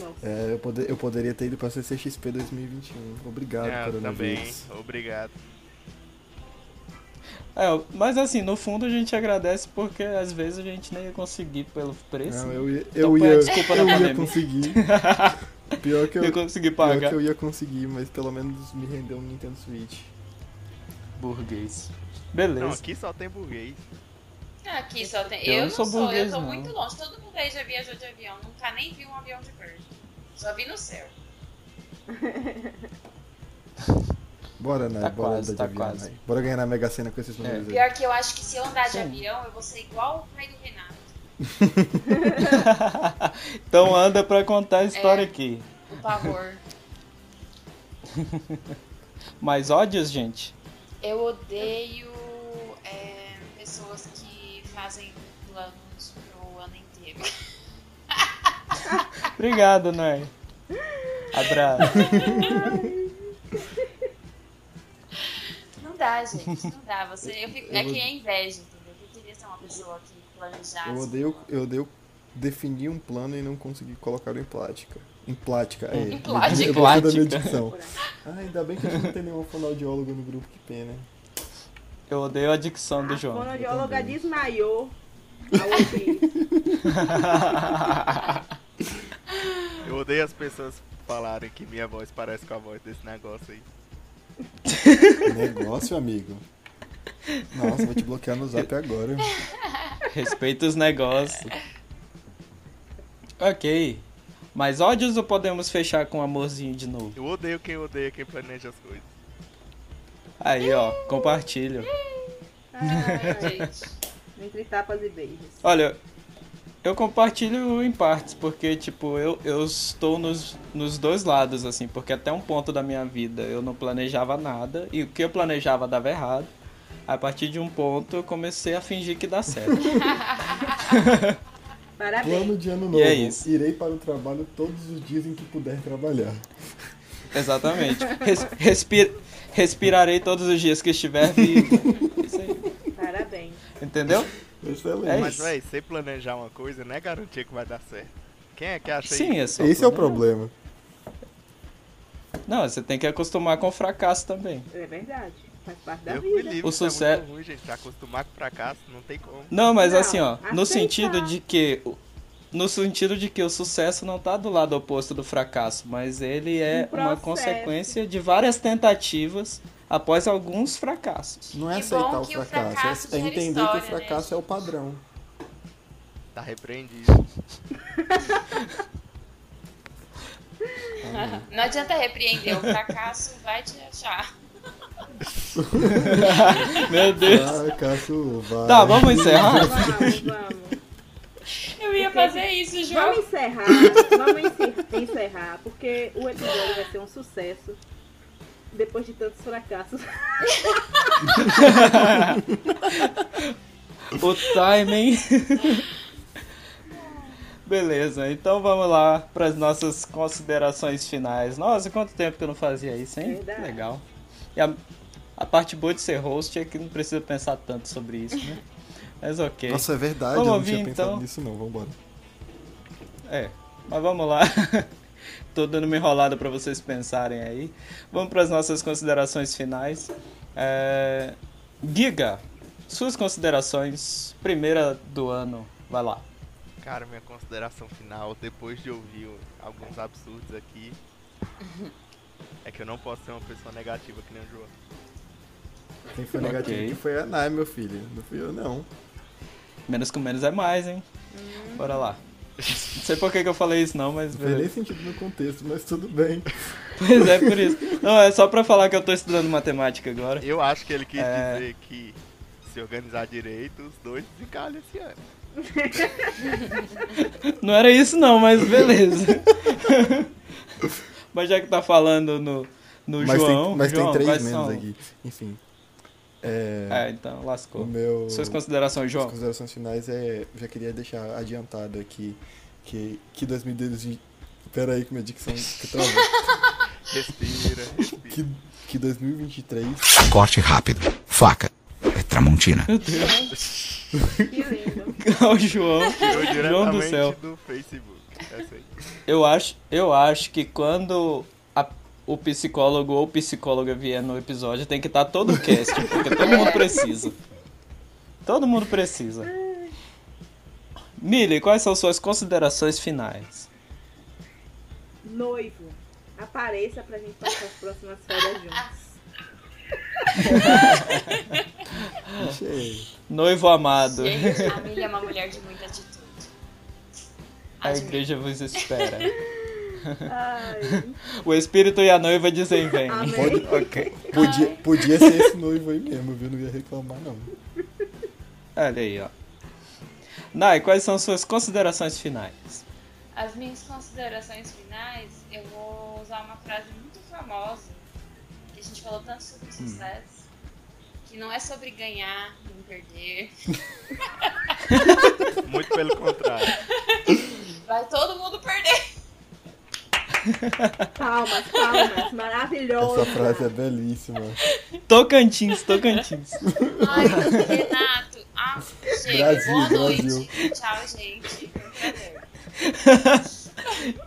Nossa. É, eu, poder- eu poderia ter ido pra CCXP 2021. Obrigado, É, eu também. coronavírus. Obrigado. É, mas assim, no fundo a gente agradece porque às vezes a gente nem ia conseguir pelo preço. Não, né? eu ia, Então eu põe a ia, desculpa na eu ia pandemia. [LAUGHS] conseguir. Pior que eu, Eu consegui pior que pagar. eu ia conseguir, mas pelo menos me rendeu um Nintendo Switch. Burguês. Não, Beleza. aqui só tem burguês. Aqui só tem. Eu Eu, não não sou sou, burguês, eu tô não. muito longe. Todo mundo aí já viajou de avião. Nunca nem vi um avião de verde. Só vi no céu. Uhum. Bora, Nai, Tá bora quase, andar tá de avião, quase. É. Nai. Bora ganhar na Mega Sena com esses números aí. Pior que eu acho que se eu andar de Sim. avião, eu vou ser igual o pai do Renato. [LAUGHS] então anda pra contar a história aqui. O [LAUGHS] pavor. Mas ódios, gente. Eu odeio é, pessoas que fazem planos pro ano inteiro. Obrigado, Nai. Abraço. [LAUGHS] Não dá, gente. Não dá. Você, eu fico, é que é inveja, entendeu? Eu queria ser uma pessoa que planejasse. Eu odeio, eu odeio definir um plano e não conseguir colocar em prática. Em prática, é. Em [LAUGHS] prática. Eu gosto da minha Prática. dicção. [LAUGHS] Ah, ainda bem que a gente não tem nenhum fonoaudiólogo no grupo, que pena. Eu odeio a dicção do A João. [LAUGHS] fonoaudióloga desmaiou ao ouvir. Eu odeio as pessoas falarem que minha voz parece com a voz desse negócio aí. Negócio, amigo. Nossa, vou te bloquear no zap agora. Respeita os negócios. Ok. Mas ódios ou podemos fechar com um amorzinho de novo? Eu odeio quem odeia quem planeja as coisas. Aí, ó, compartilha. Ah, Gente, entre tapas e beijos. Olha, eu compartilho em partes, porque, tipo, eu, eu estou nos, nos dois lados, assim, porque até um ponto da minha vida eu não planejava nada, e o que eu planejava dava errado. A partir de um ponto eu comecei a fingir que dá certo. Parabéns. Plano de ano novo. E é isso. Irei para o trabalho todos os dias em que puder trabalhar. Exatamente. Res- respi- respirarei todos os dias que estiver vivo. Isso aí. Parabéns. Entendeu? É Excelente. Mas, isso. véi, você planejar uma coisa não é garantia que vai dar certo. Quem é que acha Sim, isso? é só. Esse é o problema. Não, você tem que acostumar com o fracasso também. É verdade. Faz parte da Eu me vida. livro, O isso é sucesso- muito ruim, gente. Acostumar com fracasso, não tem como. Não, mas Não, assim, ó, no aceitar. sentido de que no sentido de que o sucesso não tá do lado oposto do fracasso, mas ele é Um uma processo. consequência de várias tentativas após alguns fracassos. Não é Que aceitar bom o que o fracasso, fracasso é é gera entender história, que o né? fracasso é o padrão. Tá repreendido. não adianta repreender. O fracasso vai te achar. Meu Deus. Fracasso, vai. Tá, vamos [LAUGHS] encerrar? Vamos, vamos. Eu ia fazer isso, João. Vamos encerrar. Vamos encer- encerrar, porque o episódio vai ser um sucesso. Depois de tantos fracassos. [LAUGHS] O timing. [LAUGHS] Beleza, então vamos lá para as nossas considerações finais. Nossa, quanto tempo que eu não fazia isso, hein? Que Verdade. legal. E a, a parte boa de ser host é que não precisa pensar tanto sobre isso, né? Mas ok. Nossa, é verdade, Vamos eu não ouvir, tinha pensado então. nisso não, vambora. É, mas vamos lá. [LAUGHS] Tô dando uma enrolada pra vocês pensarem aí. Vamos pras nossas considerações finais. É... Giga, suas considerações, primeira do ano, vai lá. Cara, minha consideração final, depois de ouvir alguns absurdos aqui, é que eu não posso ser uma pessoa negativa que nem o João. Quem foi Ok. negativo aqui foi a Nai, meu filho. Não fui eu, não. Menos com menos é mais, hein? Bora lá. Não sei por que, que eu falei isso não, mas Não fez nem beleza. sentido no contexto, mas tudo bem. Pois é, por isso. Não, é só pra falar que eu tô estudando matemática agora. Eu acho que ele quis É. dizer que se organizar direito, os dois desencalham esse ano. Não era isso não, mas beleza. [LAUGHS] mas já que tá falando no, no mas João, tem, mas João, tem três quais menos são? aqui. Enfim. É, É, então, o lascou. meu. Suas considerações, As João? [LAUGHS] considerações finais é. Já queria deixar adiantado aqui que, que 2012. Pera aí que minha dicção. Que, [LAUGHS] trava. Respira, respira. que, que 2023 Corte rápido. Faca. É Tramontina. Que lindo. o João. Tirou João do céu. diretamente do, Facebook. É assim. Essa aí. Eu acho, eu acho que quando a- o psicólogo ou psicóloga vier no episódio, tem que estar todo o cast, porque todo mundo precisa. Todo mundo precisa. Mili, quais são suas considerações finais? Noivo, apareça pra gente passar as próximas férias juntos. é, Noivo amado, Gente, a Milly é uma mulher de muita atitude. a Admiro. igreja vos espera. [LAUGHS] Ai, O espírito e a noiva [LAUGHS] dizem vem. amém. Pode- podia, podia ser esse noivo aí mesmo, viu? Não ia reclamar, não. Olha aí, ó. Nai, quais são suas considerações finais? As minhas considerações finais, eu vou usar uma frase muito famosa, que a gente falou tanto Hum. sobre sucesso, que não é sobre ganhar, não perder. Muito pelo contrário. Vai todo mundo perder. [LAUGHS] Palmas, palmas, maravilhoso. Essa frase é belíssima. Tocantins, Tocantins. Ai, Renato, ah, chega. Brasil, Boa noite. Brasil. Tchau, gente. Foi um prazer.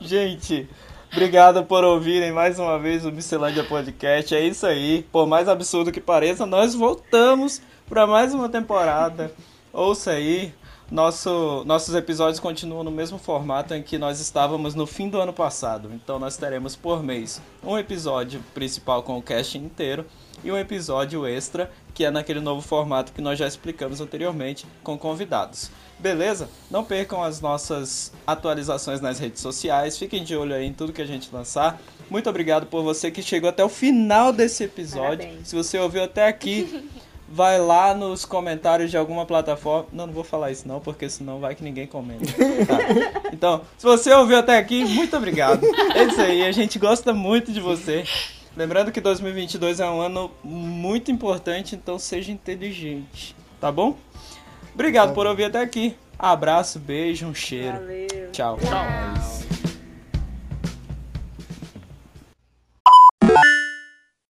Gente, obrigado por ouvirem mais uma vez o Miscelândia Podcast. É isso aí. Por mais absurdo que pareça, nós voltamos para mais uma temporada. Ouça aí. Nosso, nossos episódios continuam no mesmo formato em que nós estávamos no fim do ano passado. Então nós teremos por mês um episódio principal com o cast inteiro e um episódio extra, que é naquele novo formato que nós já explicamos anteriormente com convidados. Beleza? Não percam as nossas atualizações nas redes sociais, fiquem de olho aí em tudo que a gente lançar. Muito obrigado por você que chegou até o final desse episódio. Parabéns. Se você ouviu até aqui, vai lá nos comentários de alguma plataforma. Não, não vou falar isso não, porque senão vai que ninguém comenta. Tá. Então, se você ouviu até aqui, muito obrigado. É isso aí, a gente gosta muito de você. Lembrando que 2022 é um ano muito importante, então seja inteligente, tá bom? é Obrigado por ouvir até aqui. Abraço, beijo, um cheiro. Valeu. Tchau. Tchau.